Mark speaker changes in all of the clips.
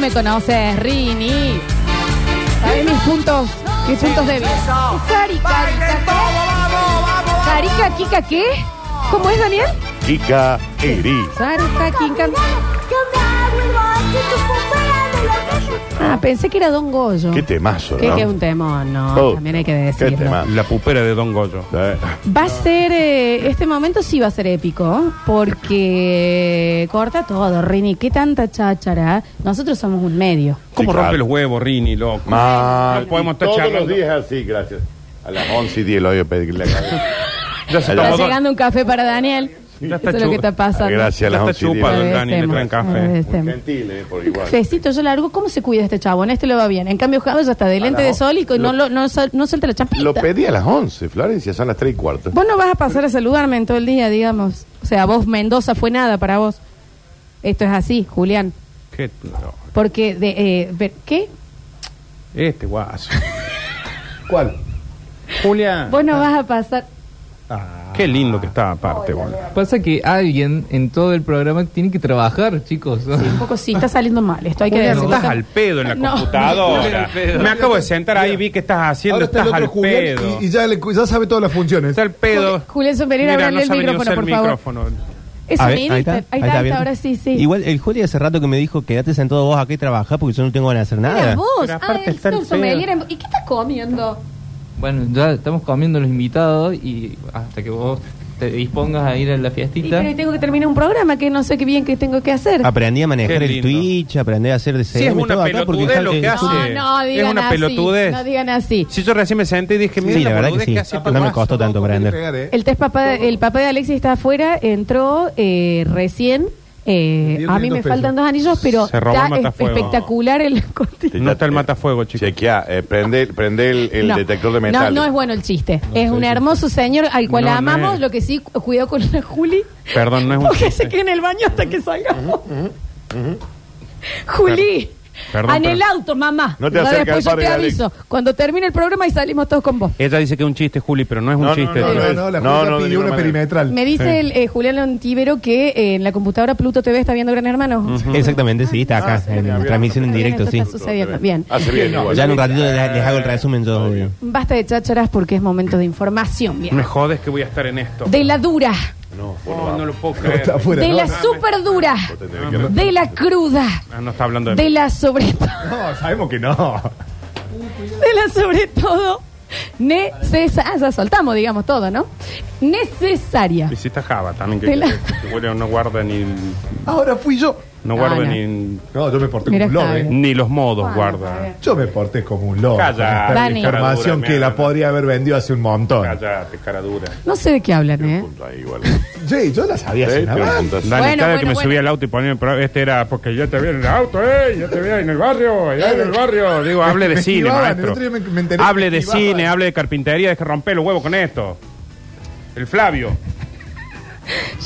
Speaker 1: me conoces, Rini. ¿Sabes mis puntos? Mis puntos débiles. Cari, cari,
Speaker 2: Bailen todo,
Speaker 1: cari.
Speaker 2: vamos, vamos,
Speaker 1: Carica, Kika, ¿qué? ¿Cómo es, Daniel?
Speaker 3: Kika Eri.
Speaker 1: Sarca, Kika. Ah, pensé que era Don Goyo.
Speaker 3: Qué temazo,
Speaker 1: Que,
Speaker 3: ¿no?
Speaker 1: que es un temón, no,
Speaker 3: Oh,
Speaker 1: también hay que
Speaker 3: qué
Speaker 1: decirlo.
Speaker 3: tema.
Speaker 2: La pupera de Don Goyo.
Speaker 3: Eh,
Speaker 1: Va a ser, eh, este momento sí va a ser épico, porque corta todo, Rini, qué tanta cháchara. Nosotros somos un medio.
Speaker 2: ¿Cómo
Speaker 3: Sí,
Speaker 2: rompe
Speaker 3: claro.
Speaker 2: los huevos, Rini, loco?
Speaker 3: Mal.
Speaker 2: No podemos
Speaker 3: Y
Speaker 2: estar
Speaker 3: Todos
Speaker 2: charlando.
Speaker 3: los días así, gracias. A las 11 y 10 lo voy a pedir la cabeza.
Speaker 2: Ya
Speaker 3: Está
Speaker 2: se
Speaker 1: Está
Speaker 2: tomó dos-
Speaker 1: llegando un café para Daniel.
Speaker 2: Ya
Speaker 1: Eso
Speaker 2: está
Speaker 1: es lo que
Speaker 2: chupa.
Speaker 1: está pasando.
Speaker 3: Gracias, a
Speaker 2: Ya
Speaker 3: las
Speaker 2: está
Speaker 3: 11 y 10.
Speaker 2: chupa, Daniel, le traen café.
Speaker 3: Muy
Speaker 1: agradecemos.
Speaker 3: gentil, eh, por
Speaker 1: Un
Speaker 3: igual.
Speaker 1: cafecito, yo largo, ¿cómo se cuida este chabón? Este lo va bien. En cambio, Java ya está delante
Speaker 3: A la
Speaker 1: de
Speaker 3: o-
Speaker 1: sol y co- no, lo-
Speaker 3: lo-
Speaker 1: no, sal- no suelta la champita.
Speaker 3: Lo pedí a las 11, Florencia, son las 3 y cuarto.
Speaker 1: Vos no vas a pasar a saludarme en todo el día, digamos. O sea, vos, Mendoza, fue nada para vos. Esto es así, Julián.
Speaker 2: Qué- no,
Speaker 1: Porque, de, eh, ver- ¿qué?
Speaker 2: Este guaso.
Speaker 3: ¿Cuál?
Speaker 4: Julia,
Speaker 1: Vos no vas a pasar.
Speaker 2: Qué lindo que está aparte, boludo.
Speaker 5: Pasa que alguien en todo el programa tiene que trabajar, chicos.
Speaker 1: Un poco sí, está saliendo mal. Esto hay que
Speaker 2: Julián,
Speaker 1: decirlo.
Speaker 2: estás al pedo en la
Speaker 1: No.
Speaker 2: computadora.
Speaker 5: pedo.
Speaker 2: Me acabo de sentar ahí, vi que estás haciendo,
Speaker 6: Ahora está
Speaker 2: estás
Speaker 6: el
Speaker 2: al
Speaker 6: otro Julián
Speaker 2: pedo.
Speaker 6: y, y ya, le- ya sabe todas las funciones.
Speaker 2: Está al pedo.
Speaker 1: Juli- Julián Sombrería,
Speaker 2: Mira,
Speaker 1: abrele el
Speaker 2: sabe ni
Speaker 1: micrófono,
Speaker 2: usar el
Speaker 1: por favor.
Speaker 2: micrófono.
Speaker 1: Es
Speaker 7: A ver,
Speaker 1: ahí está, ahí está,
Speaker 7: bien.
Speaker 1: ahora sí, sí.
Speaker 7: Igual el Julio hace rato que me dijo, quédate sentado vos acá y trabajá porque yo no tengo ganas de hacer
Speaker 1: Mira
Speaker 7: nada.
Speaker 1: vos,
Speaker 2: Pero
Speaker 1: ah,
Speaker 2: aparte
Speaker 1: el
Speaker 2: está el
Speaker 1: señor sommelier
Speaker 2: pedo.
Speaker 1: en- ¿Y qué estás comiendo?
Speaker 5: Bueno, ya estamos comiendo los invitados y hasta que vos te dispongas a ir a la
Speaker 1: Y
Speaker 5: fiestita.
Speaker 1: pero tengo que terminar un programa que no sé qué bien que tengo que hacer.
Speaker 2: Ah,
Speaker 7: Aprendí a manejar
Speaker 2: Qué
Speaker 7: el
Speaker 2: lindo.
Speaker 7: Twitch, aprendí a hacer de
Speaker 2: es
Speaker 7: CM y
Speaker 2: una
Speaker 7: todo acá, porque
Speaker 2: pelotudez
Speaker 7: está-
Speaker 2: lo que
Speaker 7: eh,
Speaker 2: hace.
Speaker 1: no,
Speaker 2: sí.
Speaker 1: no
Speaker 2: Es
Speaker 1: digan
Speaker 2: una
Speaker 1: así.
Speaker 2: pelotudez.
Speaker 1: No digan así.
Speaker 2: Si yo recién me senté y dije, mira,
Speaker 7: Sí, la verdad
Speaker 2: boludez
Speaker 7: que sí.
Speaker 2: hace tu
Speaker 7: No me
Speaker 2: guaso.
Speaker 7: costó tanto aprender.
Speaker 6: Pegar, ¿eh?
Speaker 1: El test papá de- el papá de Alexis está afuera, entró eh, recién. eh,
Speaker 6: Bien,
Speaker 1: a mí
Speaker 6: bien,
Speaker 1: me
Speaker 6: dos
Speaker 1: faltan
Speaker 6: pesos.
Speaker 1: dos anillos, pero
Speaker 2: Se robó el
Speaker 1: está es-
Speaker 2: matafuego.
Speaker 1: espectacular el contenido.
Speaker 2: No está el matafuego, chicos.
Speaker 3: Chequea, eh, prende, prende el, el
Speaker 1: No,
Speaker 3: detector de
Speaker 1: no,
Speaker 3: metal.
Speaker 1: No, es bueno el chiste. es un hermoso señor al cual
Speaker 2: No,
Speaker 1: amamos.
Speaker 2: no es.
Speaker 1: Lo que sí, cu- cuidado con la Juli.
Speaker 2: Perdón, no es un
Speaker 1: Porque
Speaker 2: chiste.
Speaker 1: se queda en el baño hasta que salgamos. Juli.
Speaker 2: Perdón,
Speaker 1: en el
Speaker 2: perdón.
Speaker 1: auto, mamá.
Speaker 3: No te
Speaker 1: No,
Speaker 3: acerques
Speaker 1: después
Speaker 3: al
Speaker 1: yo te
Speaker 3: padre de
Speaker 1: aviso. Cuando termine el programa y salimos todos con vos.
Speaker 2: Ella dice que es un chiste, Juli, pero no es un
Speaker 3: No, no,
Speaker 2: chiste.
Speaker 6: No, no, no,
Speaker 3: No, no, de
Speaker 6: la Julia pidió
Speaker 3: ninguna
Speaker 6: una
Speaker 3: manera.
Speaker 6: perimetral.
Speaker 1: Me dice el, eh, Julián Ontivero que eh, en la computadora Pluto TV está viendo Gran Hermano.
Speaker 2: ¿eh?
Speaker 7: Exactamente, sí, está
Speaker 2: Ah,
Speaker 7: acá, en transmisión en
Speaker 1: Está bien,
Speaker 7: directo,
Speaker 1: esto
Speaker 7: sí.
Speaker 1: está sucediendo. Bien.
Speaker 3: Hace bien, igual.
Speaker 7: Ya en un ratito les, les hago el resumen yo. eh.
Speaker 1: Basta de chácharas porque es momento de información. Bien.
Speaker 2: Me jodes que voy a estar en esto.
Speaker 1: De la dura,
Speaker 3: No, vos no
Speaker 2: Oh, no
Speaker 3: vamos.
Speaker 2: lo puedo creer.
Speaker 6: está afuera.
Speaker 1: de
Speaker 6: no,
Speaker 1: la
Speaker 6: no.
Speaker 1: super dura,
Speaker 3: Tenés que-
Speaker 1: de la cruda,
Speaker 2: Ah, no está hablando de,
Speaker 1: de
Speaker 2: mí.
Speaker 1: la sobre
Speaker 6: No, sabemos que no.
Speaker 1: de la sobre todo necesaria. Ya soltamos, digamos, todo, ¿no? Necesaria.
Speaker 2: Y si está Java también, que,
Speaker 1: De la-
Speaker 2: que- que Julio no guarda ni,
Speaker 6: Ahora fui yo.
Speaker 2: no guarda
Speaker 1: Ah, no.
Speaker 2: Ni,
Speaker 6: No, yo me porté
Speaker 1: Mira,
Speaker 6: como un lord.
Speaker 1: está
Speaker 6: ¿eh?
Speaker 2: ni los modos
Speaker 1: Bueno, está bien.
Speaker 2: guarda.
Speaker 6: Yo me porté como un lord.
Speaker 2: Calla,
Speaker 6: Con esta
Speaker 1: Dani.
Speaker 6: Información
Speaker 2: Caradura,
Speaker 6: que
Speaker 2: mierda.
Speaker 6: la podría haber vendido hace un montón.
Speaker 2: Cállate, cara dura.
Speaker 1: No sé de qué hablan, ¿eh?
Speaker 3: Ahí, igual.
Speaker 6: Sí, yo la sabía.
Speaker 3: Sí,
Speaker 6: sin
Speaker 3: te
Speaker 6: hablar.
Speaker 3: preguntas.
Speaker 2: Dale,
Speaker 1: Bueno,
Speaker 2: cada vez
Speaker 1: bueno,
Speaker 2: que me
Speaker 1: bueno.
Speaker 2: subía al auto y ponía el programa, este era porque ya te vi en el auto, eh, ya te vi en el barrio, ya en el barrio. Digo, hable de
Speaker 6: Me
Speaker 2: cine,
Speaker 6: esquivaban, el
Speaker 2: maestro.
Speaker 6: otro día me- me enteré
Speaker 2: hable
Speaker 6: que me
Speaker 2: de
Speaker 6: esquivaban.
Speaker 2: cine, hable de carpintería, deje romper los huevos con esto. El Flavio.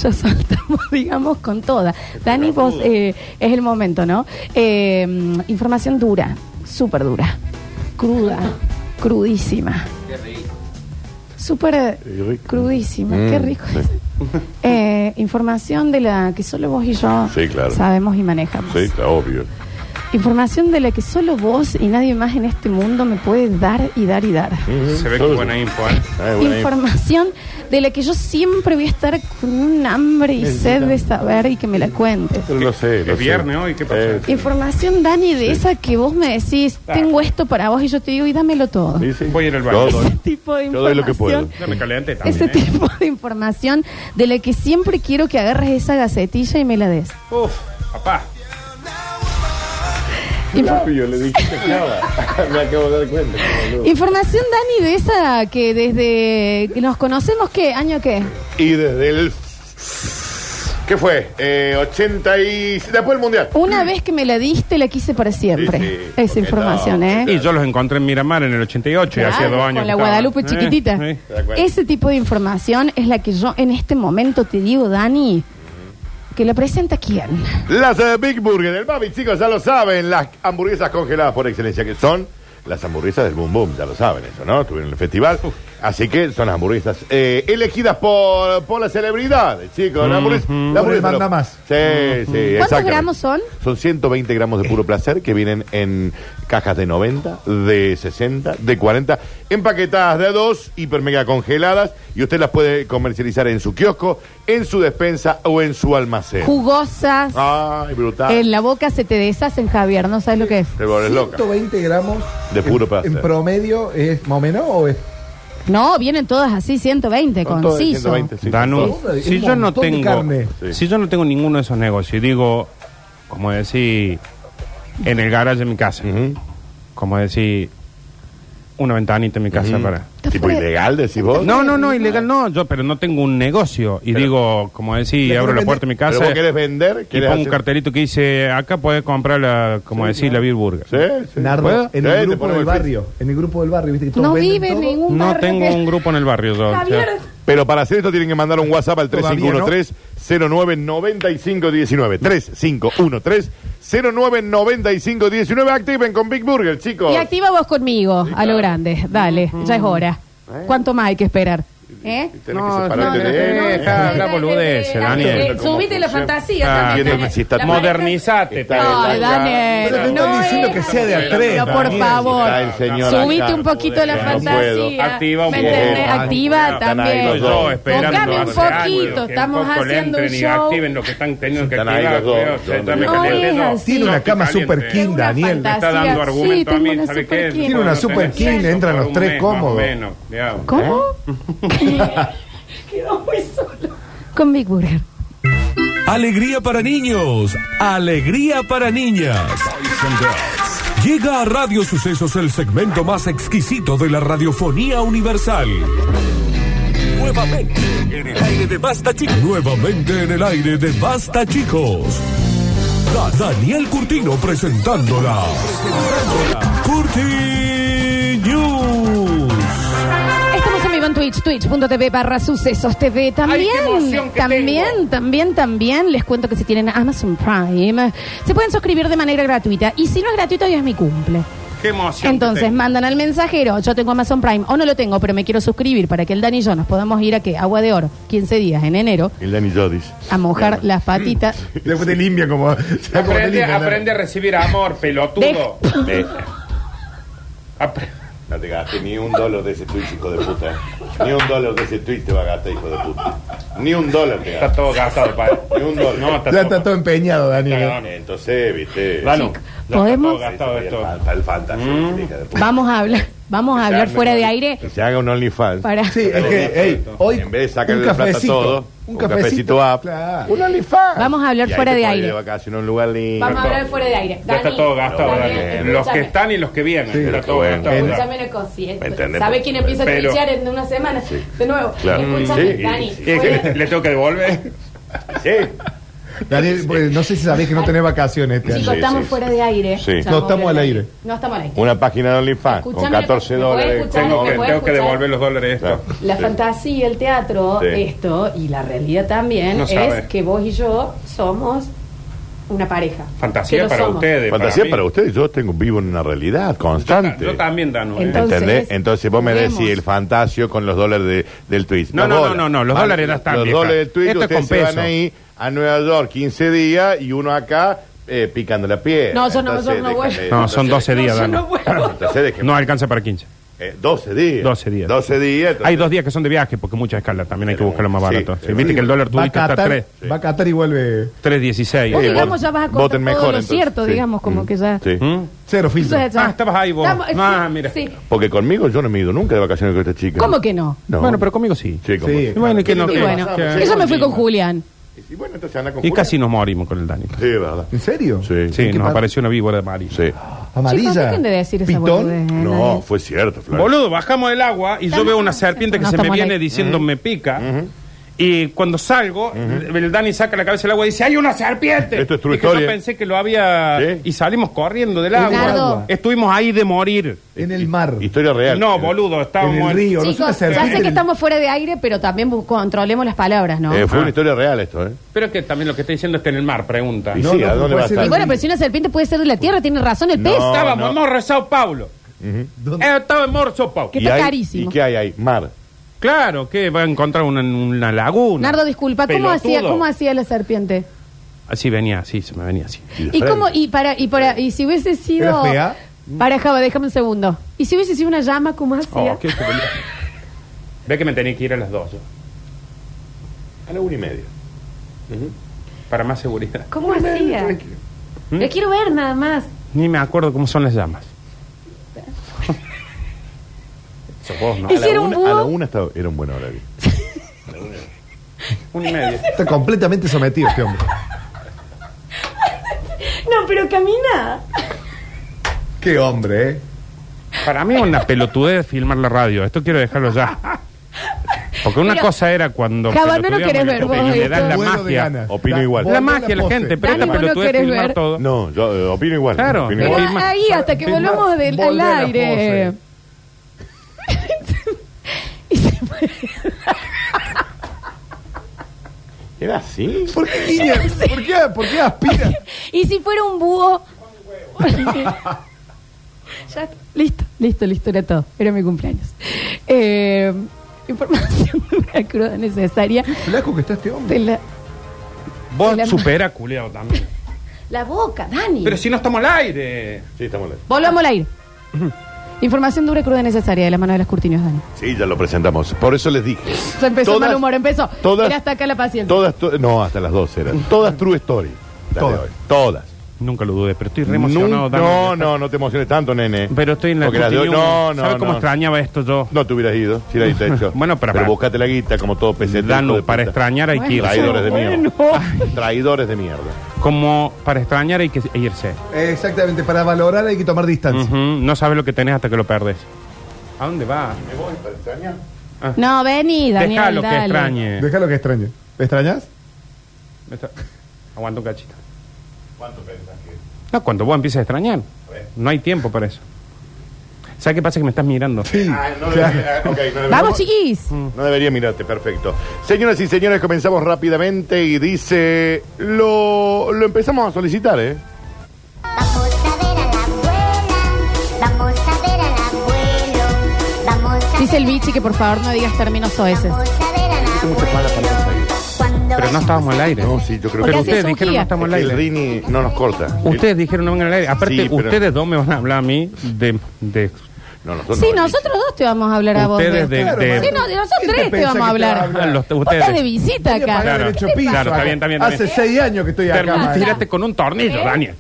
Speaker 1: Ya saltamos, digamos, con toda. Dani, vos eh, es el momento, ¿no? Eh, información dura, súper dura, cruda, crudísima. Súper eh,
Speaker 3: Qué rico.
Speaker 1: crudísima,
Speaker 3: Mm,
Speaker 1: qué rico.
Speaker 3: sí.
Speaker 1: Eh, información de la que solo vos y yo
Speaker 3: Sí, claro.
Speaker 1: sabemos y manejamos.
Speaker 3: Sí, está obvio.
Speaker 1: Información de la que solo vos y nadie más en este mundo me puede dar y dar y dar.
Speaker 2: Se ve que buena info, eh.
Speaker 3: Ah, buena info.
Speaker 1: Información de la que yo siempre voy a estar con un hambre y sed de saber y que me la cuentes.
Speaker 3: Pero lo sé.
Speaker 2: Es
Speaker 3: lo sé.
Speaker 2: viernes hoy, ¿qué pasa?
Speaker 3: Eh,
Speaker 1: Información, Dani, de esa que vos me decís, tengo esto para vos y yo te digo, y dámelo todo.
Speaker 3: sí, sí.
Speaker 2: Voy a ir al baño.
Speaker 3: Yo
Speaker 1: Ese
Speaker 3: doy-
Speaker 1: tipo de
Speaker 3: Yo doy lo que puedo.
Speaker 1: información.
Speaker 2: Ya me calenté también.
Speaker 1: Ese
Speaker 2: eh.
Speaker 1: tipo de información de la que siempre quiero que agarres esa gacetilla y me la des.
Speaker 2: Uf, papá.
Speaker 1: Infor-
Speaker 3: Flavio, le dijiste nada. Me acabo de dar cuenta. boludo.
Speaker 1: información, Dani, de esa que desde que nos conocemos, ¿qué? ¿Año qué?
Speaker 3: Y desde el. ¿Qué fue? Eh, 80 y. Después del mundial.
Speaker 1: Una vez que me la diste, la quise para siempre.
Speaker 3: Sí, sí,
Speaker 1: esa
Speaker 3: porque
Speaker 1: información,
Speaker 3: no,
Speaker 1: ¿eh?
Speaker 2: Y yo los encontré en Miramar en el 88, y
Speaker 1: Claro,
Speaker 2: hacía dos años.
Speaker 1: Con la
Speaker 2: que estaba.
Speaker 1: Guadalupe
Speaker 2: Eh,
Speaker 1: chiquitita.
Speaker 2: sí.
Speaker 3: ¿Te das cuenta?
Speaker 1: Ese tipo de información es la que yo en este momento te digo, Dani, que la presenta quién.
Speaker 3: Las eh, Big Burger, el Mami, chicos, ya lo saben, las hamburguesas congeladas por excelencia que son las hamburguesas del Boom Boom, ya lo saben eso, ¿no? Estuvieron en el festival. Así que son hamburguesas eh, elegidas por, por las celebridades, chicos. la hamburguesa- la hamburguesa
Speaker 6: Por el
Speaker 3: lo-
Speaker 6: manda más.
Speaker 3: Sí, sí,
Speaker 1: ¿Cuántos
Speaker 3: exactamente.
Speaker 1: gramos son?
Speaker 3: Son 120 gramos de
Speaker 2: Eh.
Speaker 3: puro placer que vienen en cajas de 90, de 60, de 40, empaquetadas de a dos, hiper mega congeladas, y usted las puede comercializar en su kiosco, en su despensa o en su almacén.
Speaker 1: Jugosas.
Speaker 2: Ah,
Speaker 3: Ay, brutal.
Speaker 1: En la boca se te deshacen, Javier. No sabes lo que es.
Speaker 3: Te volvés loca.
Speaker 6: 120 gramos.
Speaker 3: De puro
Speaker 6: en-
Speaker 3: placer.
Speaker 6: En promedio, ¿es más o menos o es
Speaker 1: No, vienen todas así, 120,
Speaker 3: Con todo el
Speaker 1: conciso.
Speaker 3: 120, sí, con
Speaker 2: Danu,
Speaker 3: todo.
Speaker 6: todo.
Speaker 2: si
Speaker 6: Un
Speaker 2: yo no
Speaker 6: montón de
Speaker 2: tengo,
Speaker 6: carne.
Speaker 3: Sí.
Speaker 2: si yo no tengo ninguno de esos negocios, y digo, como decir, en el garage de mi casa,
Speaker 3: Ujú.
Speaker 2: como decir, una ventanita en mi casa
Speaker 3: Ujú.
Speaker 2: para.
Speaker 1: Está
Speaker 3: Tipo
Speaker 1: fuera-
Speaker 3: ilegal, decís vos.
Speaker 2: No, no, no, ilegal no, yo, pero no tengo un negocio. Y digo, como decir,
Speaker 6: Pero
Speaker 2: abro la
Speaker 6: depende-
Speaker 2: puerta de mi
Speaker 3: Pero
Speaker 2: casa
Speaker 3: vos querés vender,
Speaker 2: y
Speaker 3: querés
Speaker 2: pongo un
Speaker 3: hacer-
Speaker 2: cartelito que dice, acá podés comprar la, como decir, la Bill Burger.
Speaker 3: Sí, sí.
Speaker 6: Nardo?
Speaker 3: ¿Puedo?
Speaker 6: En
Speaker 3: Sí, te
Speaker 6: el grupo
Speaker 3: ponemos
Speaker 6: del
Speaker 3: el
Speaker 6: barrio. En el grupo del barrio, ¿viste? Que todos
Speaker 1: No
Speaker 6: venden
Speaker 1: vive en
Speaker 6: todo.
Speaker 1: ningún
Speaker 2: No
Speaker 1: barrio
Speaker 2: tengo
Speaker 1: que-
Speaker 2: un grupo en el barrio yo. o sea.
Speaker 1: Javier,
Speaker 3: Pero para hacer esto tienen que mandar un WhatsApp al
Speaker 6: Todavía
Speaker 3: 3513-099519. 3513-099519. Activen con Big Burger, chicos.
Speaker 1: y activa vos conmigo, a lo grande. Dale, ya es hora. ¿Cuánto más hay que esperar? ¿Eh?
Speaker 3: Tenés
Speaker 2: No,
Speaker 3: que separarte
Speaker 2: no,
Speaker 3: de
Speaker 2: no,
Speaker 3: él.
Speaker 2: deja de hablar boludeces, Daniel.
Speaker 1: Eh, Subite la fantasía.
Speaker 2: Ah,
Speaker 1: también,
Speaker 3: viendo
Speaker 1: dale.
Speaker 3: si está-
Speaker 1: La
Speaker 2: Modernizate.
Speaker 3: Está
Speaker 2: tal.
Speaker 1: No,
Speaker 3: Daniel,
Speaker 1: Daniel.
Speaker 3: Pero te
Speaker 1: no
Speaker 3: están
Speaker 6: diciendo que
Speaker 1: es
Speaker 6: sea de a
Speaker 1: así,
Speaker 6: tres,
Speaker 1: Pero por
Speaker 6: Daniel.
Speaker 1: favor,
Speaker 3: Está el señor
Speaker 1: subite
Speaker 3: acá.
Speaker 1: un poquito la
Speaker 3: No puedo.
Speaker 1: fantasía.
Speaker 2: Activa un
Speaker 1: ¿Me
Speaker 2: poco. Ah,
Speaker 1: entendés?
Speaker 3: Ay,
Speaker 1: Activa
Speaker 3: están ahí
Speaker 1: también.
Speaker 3: los dos. Yo
Speaker 2: esperando
Speaker 1: Tocame un
Speaker 2: hace años que
Speaker 1: poquito.
Speaker 2: un
Speaker 1: Estamos
Speaker 2: poco le
Speaker 1: haciendo un
Speaker 2: entren y
Speaker 1: show.
Speaker 2: Activen lo que están teniendo que
Speaker 3: Están ahí
Speaker 2: activar.
Speaker 3: los dos,
Speaker 2: creo, o sea,
Speaker 3: yo
Speaker 2: ya me
Speaker 3: no
Speaker 2: calenté,
Speaker 1: es
Speaker 2: no.
Speaker 1: así.
Speaker 6: Tiene
Speaker 2: No,
Speaker 6: una
Speaker 2: estoy
Speaker 6: cama
Speaker 2: caliente.
Speaker 6: super king,
Speaker 1: una
Speaker 6: Daniel.
Speaker 2: Me está
Speaker 1: fantasía.
Speaker 2: dando argumento
Speaker 1: Sí,
Speaker 2: a mí,
Speaker 1: tengo una
Speaker 2: ¿sabe
Speaker 1: super
Speaker 2: qué?
Speaker 1: king.
Speaker 6: Tiene una
Speaker 2: Bueno,
Speaker 6: super
Speaker 2: tenés
Speaker 6: king,
Speaker 2: sexo
Speaker 6: entran
Speaker 2: por
Speaker 6: los
Speaker 2: un
Speaker 6: tres
Speaker 2: mes, más o
Speaker 6: cómodos.
Speaker 2: menos, digamos.
Speaker 1: ¿Cómo? Quedó muy solo. Con Big Burger.
Speaker 4: Alegría para niños, alegría para niñas. Llega a Radio Sucesos el segmento más exquisito de la radiofonía universal. Nuevamente en el aire de Basta Chicos. Nuevamente en el aire de Basta Chicos. Da- Daniel Curtino presentándola. Curti News.
Speaker 1: Estamos en vivo en Twitch, twitch.tv barra sucesos TV. También,
Speaker 2: Ay, qué emoción que
Speaker 1: también,
Speaker 2: tengo.
Speaker 1: también, también les cuento que si tienen Amazon Prime, se pueden suscribir de manera gratuita. Y si no es gratuito, hoy es mi cumple.
Speaker 2: Qué emoción.
Speaker 1: Entonces
Speaker 2: que
Speaker 1: mandan al mensajero, yo tengo Amazon Prime, o no lo tengo, pero me quiero suscribir para que el Dani y yo nos podamos ir a que Agua de Oro, 15 días en enero,
Speaker 3: El Dani Jodis.
Speaker 1: a mojar las patitas.
Speaker 6: Después te limpia como.
Speaker 2: tengo. Aprende, aprende a recibir amor, pelotudo.
Speaker 3: Eh,
Speaker 2: Apre-
Speaker 3: No te gastes ni un dólar de ese tweet, hijo de puta. Ni un dólar de ese tweet te va a gastar, hijo de puta. Ni un dólar te
Speaker 2: Está
Speaker 3: gastas.
Speaker 2: todo gastado, padre.
Speaker 3: Ni un dólar.
Speaker 2: No, está
Speaker 6: Ya está
Speaker 2: todo.
Speaker 6: todo empeñado, Daniel.
Speaker 2: Perdón, eh.
Speaker 3: Entonces, viste.
Speaker 2: Danu,
Speaker 1: Chico,
Speaker 2: ya está
Speaker 1: ¿podemos?
Speaker 2: todo gastado Mm. esto.
Speaker 3: Está el fantasma, hija de puta.
Speaker 1: Vamos a hablar, vamos a hablar fuera de aire
Speaker 3: Que se haga un OnlyFans.
Speaker 1: para...
Speaker 6: Sí, es que, hey, hoy.
Speaker 3: En vez de sacarle
Speaker 6: un
Speaker 3: la plata a
Speaker 6: cafecito,
Speaker 3: todo,
Speaker 6: Un
Speaker 3: un
Speaker 6: cafecito.
Speaker 3: cafecito up.
Speaker 6: Claro.
Speaker 3: Un OnlyFans.
Speaker 1: Vamos a hablar
Speaker 3: Y ahí
Speaker 1: fuera
Speaker 3: te
Speaker 1: de
Speaker 3: podés ir
Speaker 1: aire.
Speaker 3: de vacaciones a un lugar lindo.
Speaker 1: Vamos a hablar fuera de aire.
Speaker 2: Ya está
Speaker 1: Dani,
Speaker 2: todo gastado,
Speaker 1: Dani,
Speaker 2: Dani. Los que
Speaker 1: escúchame.
Speaker 2: están y los que vienen.
Speaker 3: pero
Speaker 2: Está todo
Speaker 3: bueno.
Speaker 2: gastado.
Speaker 3: Ven.
Speaker 2: ya.
Speaker 1: Escúchame una
Speaker 3: ¿Me entendés?
Speaker 1: cosita. ¿Sabes quién empieza a
Speaker 2: Pero-
Speaker 1: trichear en una semana? De nuevo.
Speaker 3: Claro.
Speaker 1: Escúchame,
Speaker 3: Sí,
Speaker 1: Dani.
Speaker 3: sí,
Speaker 2: ¿Qué,
Speaker 1: fuera-
Speaker 2: qué? ¿Le tengo que devolver?
Speaker 3: Sí.
Speaker 6: Daniel, pues, no sé si sabés que no tenés vacaciones este
Speaker 1: Chicos,
Speaker 6: año.
Speaker 3: Sí,
Speaker 1: estamos
Speaker 3: sí,
Speaker 1: fuera de aire.
Speaker 3: Sí.
Speaker 1: Ya
Speaker 6: No
Speaker 1: vamos a hablar
Speaker 6: estamos al
Speaker 1: de-
Speaker 6: aire.
Speaker 1: No estamos al aire.
Speaker 3: Una página de OnlyFans con
Speaker 1: Escuchame,
Speaker 3: 14
Speaker 1: ¿me
Speaker 3: dólares.
Speaker 1: podés escuchar?
Speaker 2: Tengo
Speaker 1: ¿me
Speaker 2: que,
Speaker 1: puedes
Speaker 2: tengo que
Speaker 1: escuchar?
Speaker 2: devolver los dólares esto.
Speaker 3: Claro.
Speaker 1: La fantasía, el teatro,
Speaker 3: Sí.
Speaker 1: esto y la realidad también
Speaker 2: No sabe.
Speaker 1: es que vos y yo somos una pareja. Que
Speaker 2: Fantasía
Speaker 1: lo
Speaker 2: para
Speaker 1: somos.
Speaker 2: ustedes.
Speaker 3: Fantasía
Speaker 2: mí.
Speaker 3: para ustedes. Yo tengo vivo en una realidad constante.
Speaker 2: Yo también, Danu. ¿eh?
Speaker 1: Entonces-
Speaker 3: ¿Entendés? Entonces vos me
Speaker 1: juguemos.
Speaker 3: decís el fantasio con los dólares de- del Twitch.
Speaker 2: No,
Speaker 3: Las
Speaker 2: no, no,
Speaker 3: bolas.
Speaker 2: no, no, los
Speaker 3: Van-
Speaker 2: dólares ya están,
Speaker 3: Los
Speaker 2: vieja.
Speaker 3: dólares del Twitch,
Speaker 2: Esto es
Speaker 3: ustedes
Speaker 2: con
Speaker 3: se
Speaker 2: peso.
Speaker 3: van ahí a Nueva York 15 días y uno acá eh, picando la piedra.
Speaker 1: No, yo no,
Speaker 3: Entonces,
Speaker 1: yo no
Speaker 3: déjame-
Speaker 1: voy.
Speaker 2: No, son
Speaker 3: entonces-
Speaker 2: 12 días,
Speaker 1: No, yo no
Speaker 2: Danu.
Speaker 1: vuelvo.
Speaker 3: Entonces déjeme.
Speaker 2: No alcanza para 15.
Speaker 3: Eh, 12 días.
Speaker 2: 12 días.
Speaker 3: 12 días. entonces-
Speaker 2: Hay dos días que son de viaje porque mucha escala. También hay que
Speaker 3: Pero,
Speaker 2: buscarlo más
Speaker 3: sí,
Speaker 2: barato. Sí,
Speaker 3: pero-
Speaker 2: Viste que el dólar
Speaker 6: Va a
Speaker 2: turista está
Speaker 6: Qatar,
Speaker 2: 3.
Speaker 6: va a Qatar y vueve
Speaker 2: 3.16.
Speaker 1: Vos,
Speaker 3: Sí,
Speaker 1: digamos,
Speaker 3: voten-
Speaker 1: ya vas a cortar todo
Speaker 3: voten mejor,
Speaker 1: lo
Speaker 3: entonces.
Speaker 1: cierto,
Speaker 3: Sí.
Speaker 1: digamos, como que ya...
Speaker 3: Sí.
Speaker 2: ¿Mm?
Speaker 6: Cero filtro.
Speaker 1: Entonces ya-
Speaker 2: Ah, estabas ahí vos.
Speaker 1: Estamos-
Speaker 2: Ah,
Speaker 1: sí,
Speaker 2: mira.
Speaker 1: sí.
Speaker 3: Porque conmigo yo no me he ido nunca de vacaciones con esta chica.
Speaker 1: ¿Cómo que no?
Speaker 3: No.
Speaker 2: Bueno, pero conmigo sí.
Speaker 3: Sí, con
Speaker 6: Sí.
Speaker 3: vos.
Speaker 2: Y bueno, y que no,
Speaker 1: Y
Speaker 2: que-
Speaker 1: bueno,
Speaker 2: que-
Speaker 1: yo me fui con Julián.
Speaker 3: Y bueno, entonces anda con
Speaker 2: Y
Speaker 3: Julia.
Speaker 2: casi nos morimos con el Dani.
Speaker 3: Sí, verdad.
Speaker 6: ¿En serio?
Speaker 3: Sí.
Speaker 2: Sí,
Speaker 6: ¿Qué
Speaker 2: nos
Speaker 6: pasa?
Speaker 2: apareció una víbora de Mari.
Speaker 3: Sí.
Speaker 1: Chicos,
Speaker 6: Amarilla.
Speaker 1: dejen de decir esa boludez,
Speaker 6: Pitón.
Speaker 1: ¿eh?
Speaker 3: No, fue cierto, Flor.
Speaker 2: Boludo, bajamos del agua y yo veo una serpiente que
Speaker 1: No
Speaker 2: se me
Speaker 1: estamos
Speaker 2: viene
Speaker 1: ahí.
Speaker 2: diciendo me pica. Y cuando salgo, el Dani saca la cabeza del agua y dice, ¡hay una serpiente!
Speaker 3: Esto es true
Speaker 2: Y que yo
Speaker 3: historia.
Speaker 2: pensé que lo había...
Speaker 3: Sí.
Speaker 2: Y salimos corriendo del agua.
Speaker 1: Nardo.
Speaker 2: Estuvimos ahí de morir.
Speaker 6: En el mar.
Speaker 3: Historia real.
Speaker 2: No, boludo,
Speaker 6: En
Speaker 2: estábamos...
Speaker 6: el río. No es una
Speaker 1: Chicos, ya sé
Speaker 6: serpiente.
Speaker 1: que estamos fuera de aire, pero también bu- controlemos las palabras, ¿no?
Speaker 3: Eh, fue
Speaker 2: Ah.
Speaker 3: una historia real esto, ¿eh?
Speaker 2: Pero que también lo que está diciendo es que en el mar, pregunta.
Speaker 3: Y
Speaker 6: No,
Speaker 3: sí,
Speaker 6: no,
Speaker 3: ¿a dónde
Speaker 6: puede
Speaker 3: va a
Speaker 6: ser
Speaker 3: estar?
Speaker 1: Y bueno, pero si una serpiente puede ser de la tierra, tiene razón el
Speaker 3: No.
Speaker 1: pez.
Speaker 2: Estábamos, hemos rezado Pablo.
Speaker 6: ¿Dónde?
Speaker 2: Eh, estaba en Morso Pau.
Speaker 1: Que
Speaker 3: ¿Y
Speaker 1: está
Speaker 3: hay-
Speaker 1: carísimo.
Speaker 3: ¿Y qué hay ahí? Mar.
Speaker 2: Claro, que va a encontrar una, una laguna.
Speaker 1: Nardo, disculpa, ¿cómo
Speaker 2: Pelotudo.
Speaker 1: hacía, ¿cómo hacía la serpiente?
Speaker 2: Así venía, así, se me venía así.
Speaker 3: de
Speaker 1: ¿Y
Speaker 3: frente.
Speaker 1: cómo? Y para, y para, y si hubiese sido.
Speaker 6: ¿Era fea?
Speaker 1: Para Java, déjame un segundo. ¿Y si hubiese sido una llama, cómo hacía?
Speaker 2: Oh, qué jubilo- Ve que me tenía que ir a las dos yo,
Speaker 3: A la una y media.
Speaker 2: para más seguridad.
Speaker 1: ¿Cómo hacía?
Speaker 2: ¿Mm?
Speaker 1: Le quiero ver nada más.
Speaker 2: Ni me acuerdo cómo son las llamas. Sos vos, ¿no?
Speaker 1: ¿Y
Speaker 3: A
Speaker 1: si
Speaker 3: la
Speaker 1: era un
Speaker 3: una, a la
Speaker 1: búho?
Speaker 3: una estaba- era un buen horario.
Speaker 2: Un y medio.
Speaker 6: Está completamente sometido este hombre.
Speaker 1: No, pero camina.
Speaker 6: Qué hombre, ¿eh?
Speaker 2: Para mí es una pelotudez filmar la radio. Esto quiero dejarlo ya. Porque una
Speaker 1: Pero-
Speaker 2: cosa era cuando
Speaker 1: Java, no lo
Speaker 2: pelotudeamos
Speaker 1: querés
Speaker 2: la
Speaker 1: ver
Speaker 2: gente
Speaker 1: vos
Speaker 2: y le
Speaker 1: esto.
Speaker 2: dan la
Speaker 6: Muero de
Speaker 2: magia.
Speaker 6: ganas.
Speaker 3: Opino igual.
Speaker 2: La
Speaker 6: Voló
Speaker 2: magia, la
Speaker 6: posta.
Speaker 2: gente, pero
Speaker 1: Dani,
Speaker 2: esta
Speaker 1: vos no
Speaker 2: pelotudez
Speaker 1: querés
Speaker 2: filmar
Speaker 1: ver.
Speaker 2: todo.
Speaker 3: No, yo eh, opino igual.
Speaker 2: Claro.
Speaker 3: opino
Speaker 2: Pero
Speaker 1: Pero
Speaker 3: igual.
Speaker 2: filma-
Speaker 1: ahí hasta que
Speaker 2: filma-
Speaker 1: volvamos del, al
Speaker 6: volvé a las
Speaker 1: aire.
Speaker 6: poses.
Speaker 1: Y se muere.
Speaker 3: Era así.
Speaker 6: ¿Por qué, niña? ¿Por qué, por qué aspira?
Speaker 1: Y si fuera un búho. Ya, listo, listo, listo, era todo. Era mi cumpleaños. Eh, información dura, cruda, necesaria.
Speaker 6: Flaco que está este hombre.
Speaker 1: De la,
Speaker 2: Vos
Speaker 1: La-
Speaker 2: supera, culiao, también.
Speaker 1: la boca, Dani.
Speaker 2: Pero si no estamos al aire.
Speaker 3: Sí, estamos lejos.
Speaker 1: Volvamos al aire. Información dura, cruda, necesaria de la mano de las cortinas, Dani.
Speaker 3: Sí, ya lo presentamos. Por eso les dije.
Speaker 1: Se empezó
Speaker 3: Todas-
Speaker 1: mal humor, empezó.
Speaker 3: todas-
Speaker 1: Era hasta acá la paciencia.
Speaker 3: Todas, to- no, hasta las 12 eran. Todas True Story. La de
Speaker 6: Todas.
Speaker 3: hoy. Todas.
Speaker 2: Nunca lo dudé, pero estoy re emocionado.
Speaker 3: No,
Speaker 2: Dani.
Speaker 3: no, no, no te emociones tanto, nene.
Speaker 2: Pero estoy en la
Speaker 3: Porque las de hoy-
Speaker 2: Cutiño.
Speaker 3: No, no,
Speaker 2: ¿Sabes cómo
Speaker 3: no.
Speaker 2: extrañaba esto yo?
Speaker 3: No te hubieras ido, si la hubieras hecho.
Speaker 2: Bueno, pero para-
Speaker 3: buscate la guita como todo pesetero.
Speaker 2: Danu, para extrañar hay que
Speaker 1: Bueno,
Speaker 3: Traidores de
Speaker 2: irse.
Speaker 3: mierda.
Speaker 1: bueno.
Speaker 3: Traidores de mierda.
Speaker 2: Como para extrañar hay que irse.
Speaker 6: Exactamente, para valorar hay que tomar distancia.
Speaker 2: Ujú, No sabes lo que tenés hasta que lo perdes. ¿A dónde va?
Speaker 3: ¿Me voy para extrañar?
Speaker 1: No, vení, Daniel.
Speaker 2: Deja lo que
Speaker 1: dale.
Speaker 2: extrañe.
Speaker 6: Déjalo que extrañe. ¿Extrañas?
Speaker 2: Me está- Aguanta un cachito.
Speaker 3: ¿Cuánto pensás que?
Speaker 2: No, cuando vos empieces a extrañar. No hay tiempo para eso. ¿Sabes qué pasa? Que me estás mirando.
Speaker 6: Sí.
Speaker 3: Ah, no
Speaker 6: O sea,
Speaker 3: debería, ah, ok, no debería-
Speaker 1: Vamos, chiquis.
Speaker 2: Mm.
Speaker 3: No debería mirarte, perfecto. Señoras y señores, comenzamos rápidamente y dice. Lo, lo empezamos a solicitar, ¿eh?
Speaker 8: Vamos a ver a la abuela, vamos a ver al abuelo, vamos a
Speaker 1: Dice el
Speaker 8: ver
Speaker 1: bichi que por favor no digas términos oeses.
Speaker 8: Vamos a ver al
Speaker 3: Dice muchas malas palabras ahí.
Speaker 8: Cuando
Speaker 2: Pero no estábamos al aire.
Speaker 3: No, sí,
Speaker 1: Porque
Speaker 3: yo creo que.
Speaker 2: Pero
Speaker 1: hace
Speaker 2: ustedes
Speaker 1: su
Speaker 2: dijeron
Speaker 1: guía.
Speaker 2: no estamos al
Speaker 3: el
Speaker 2: aire.
Speaker 3: Rini no nos corta.
Speaker 2: Ustedes dijeron no vengan al aire. Aparte,
Speaker 3: Sí, pero-
Speaker 2: ustedes dos me van a hablar a mí de- de
Speaker 3: No, nosotros
Speaker 1: Sí,
Speaker 3: no.
Speaker 1: nosotros dos te vamos a hablar a vos. de
Speaker 2: Ustedes de-
Speaker 1: esto.
Speaker 2: de-
Speaker 1: Sí, no, de nosotros
Speaker 6: Eh, ¿Quién te
Speaker 1: tres te
Speaker 6: pensás
Speaker 1: vamos a
Speaker 6: que te va a
Speaker 1: hablar.
Speaker 6: hablar?
Speaker 2: Ah, los-
Speaker 1: Vos estás de
Speaker 2: ustedes.
Speaker 1: visita
Speaker 6: Voy a pagar
Speaker 1: acá.
Speaker 2: Claro,
Speaker 6: derecho
Speaker 1: ¿Qué
Speaker 6: piso
Speaker 2: claro,
Speaker 6: acá.
Speaker 2: está bien, está bien, está
Speaker 6: Hace
Speaker 2: bien.
Speaker 6: seis años que estoy acá.
Speaker 2: Termi-
Speaker 6: madre.
Speaker 2: Tírate con un tornillo, Daniel.